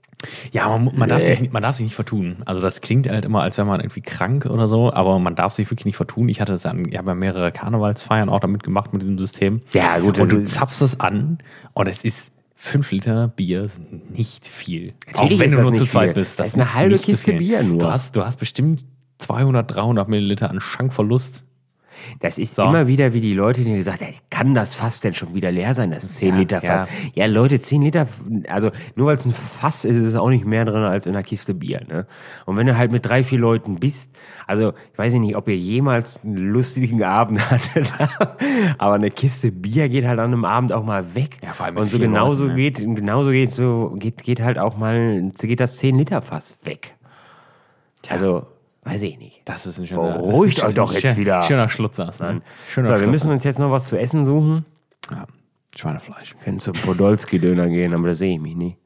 Speaker 1: Ja, man, mu- man, darf
Speaker 2: Nee.
Speaker 1: sich, man darf sich nicht vertun. Also das klingt halt immer, als wäre man irgendwie krank oder so, aber man darf sich wirklich nicht vertun. Ich hatte das an, ich habe ja mehrere Karnevalsfeiern auch damit gemacht mit diesem System.
Speaker 2: Ja,
Speaker 1: Und
Speaker 2: gut, das
Speaker 1: du
Speaker 2: ist-
Speaker 1: zapfst es an und es ist fünf Liter Bier sind nicht viel.
Speaker 2: Natürlich
Speaker 1: auch wenn
Speaker 2: ist
Speaker 1: du
Speaker 2: das
Speaker 1: nur zu
Speaker 2: nicht
Speaker 1: zweit
Speaker 2: viel.
Speaker 1: bist.
Speaker 2: Das ist eine halbe
Speaker 1: nicht zu
Speaker 2: Kiste
Speaker 1: viel.
Speaker 2: Bier nur.
Speaker 1: Du hast, du hast bestimmt 200, 300 Milliliter an Schankverlust.
Speaker 2: Das ist immer wieder wie die Leute, die gesagt haben, kann das Fass denn schon wieder leer sein, das 10 Liter Fass? Ja. Leute, 10 Liter, also nur weil es ein Fass ist, ist es auch nicht mehr drin als in einer Kiste Bier. Ne? Und wenn du halt mit drei, vier Leuten bist, also ich weiß nicht, ob ihr jemals einen lustigen Abend hattet, aber eine Kiste Bier geht halt an einem Abend auch mal weg.
Speaker 1: Ja, vor allem mit
Speaker 2: Und so
Speaker 1: vier
Speaker 2: genauso
Speaker 1: Leuten, ne?
Speaker 2: geht, genauso geht so, geht, geht halt auch mal, geht das 10 Liter Fass weg. Also, weiß ich nicht.
Speaker 1: Das ist ein schöner...
Speaker 2: Beruhigt
Speaker 1: das ist ein
Speaker 2: euch Oh, doch
Speaker 1: schön-
Speaker 2: jetzt wieder.
Speaker 1: Schöner Schlutzers, ne? Schöner
Speaker 2: So, wir
Speaker 1: Schlutzers.
Speaker 2: müssen uns jetzt noch was zu essen suchen.
Speaker 1: Ja, Schweinefleisch.
Speaker 2: können zum Podolski-Döner gehen, aber da sehe ich mich nicht.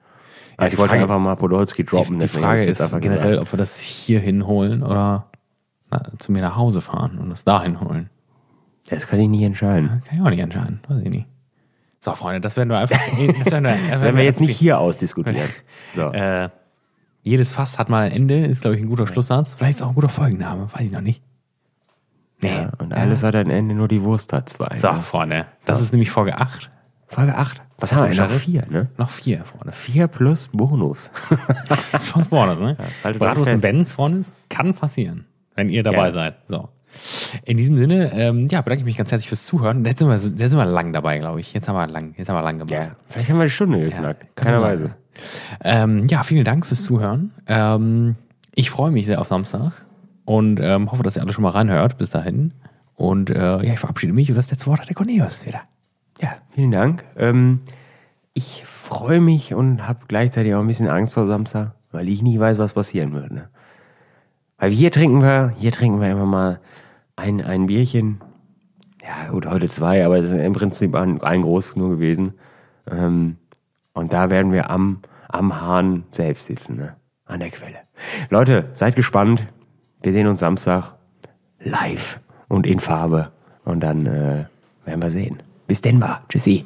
Speaker 2: Ah,
Speaker 1: die
Speaker 2: ich wollte
Speaker 1: Frage-
Speaker 2: einfach mal Podolski droppen.
Speaker 1: Die
Speaker 2: deswegen
Speaker 1: Frage
Speaker 2: hab ich's jetzt
Speaker 1: ist
Speaker 2: einfach
Speaker 1: generell,
Speaker 2: gesagt.
Speaker 1: ob wir das hier hinholen oder na, zu mir nach Hause fahren und das dahin holen.
Speaker 2: Das kann ich nicht entscheiden.
Speaker 1: Kann ich auch nicht entscheiden. Weiß ich nicht. So, Freunde, das werden wir einfach. das werden wir, das
Speaker 2: Sollen wir jetzt nicht hier ausdiskutieren. So.
Speaker 1: Äh, jedes Fass hat mal ein Ende, ist, glaube ich, ein guter Schlusssatz. Vielleicht ist auch ein guter Folgenname, weiß ich noch nicht. Nee.
Speaker 2: Ja, und alles hat ein Ende, nur die Wurst hat zwei. ne?
Speaker 1: So, Freunde, das ist nämlich Folge 8.
Speaker 2: Folge 8. Was haben wir? Noch
Speaker 1: Sheriff?
Speaker 2: vier, ne?
Speaker 1: Noch vier, Freunde.
Speaker 2: Vier plus Bonus.
Speaker 1: Von Spawners, ne?
Speaker 2: halt
Speaker 1: Bratwurst
Speaker 2: fest.
Speaker 1: und Benz, Freunde, kann passieren, wenn ihr dabei
Speaker 2: Ja.
Speaker 1: seid. So. In diesem Sinne, ähm, ja, bedanke ich mich ganz herzlich fürs Zuhören. Jetzt sind wir, jetzt sind wir lang dabei, glaube ich. Jetzt haben wir lang, jetzt haben wir lang gemacht.
Speaker 2: Ja. Vielleicht haben wir die Stunde geknackt. Keiner
Speaker 1: sein.
Speaker 2: weiß es.
Speaker 1: Ähm, ja, vielen Dank fürs Zuhören. Ähm, ich freue mich sehr auf Samstag und ähm, hoffe, dass ihr alle schon mal reinhört bis dahin. Und äh, ja, ich verabschiede mich und das letzte Wort hat der Cornelius wieder.
Speaker 2: Ja, vielen Dank. Ähm, ich freue mich und habe gleichzeitig auch ein bisschen Angst vor Samstag, weil ich nicht weiß, was passieren wird. Ne? Weil hier trinken wir, hier trinken wir immer mal ein, ein Bierchen. Ja, gut, heute zwei, aber es ist im Prinzip ein, ein großes nur gewesen. Ähm, und da werden wir am, am Hahn selbst sitzen, ne? an der Quelle. Leute, seid gespannt. Wir sehen uns Samstag live und in Farbe. Und dann äh, werden wir sehen. Bis Denver. Tschüssi.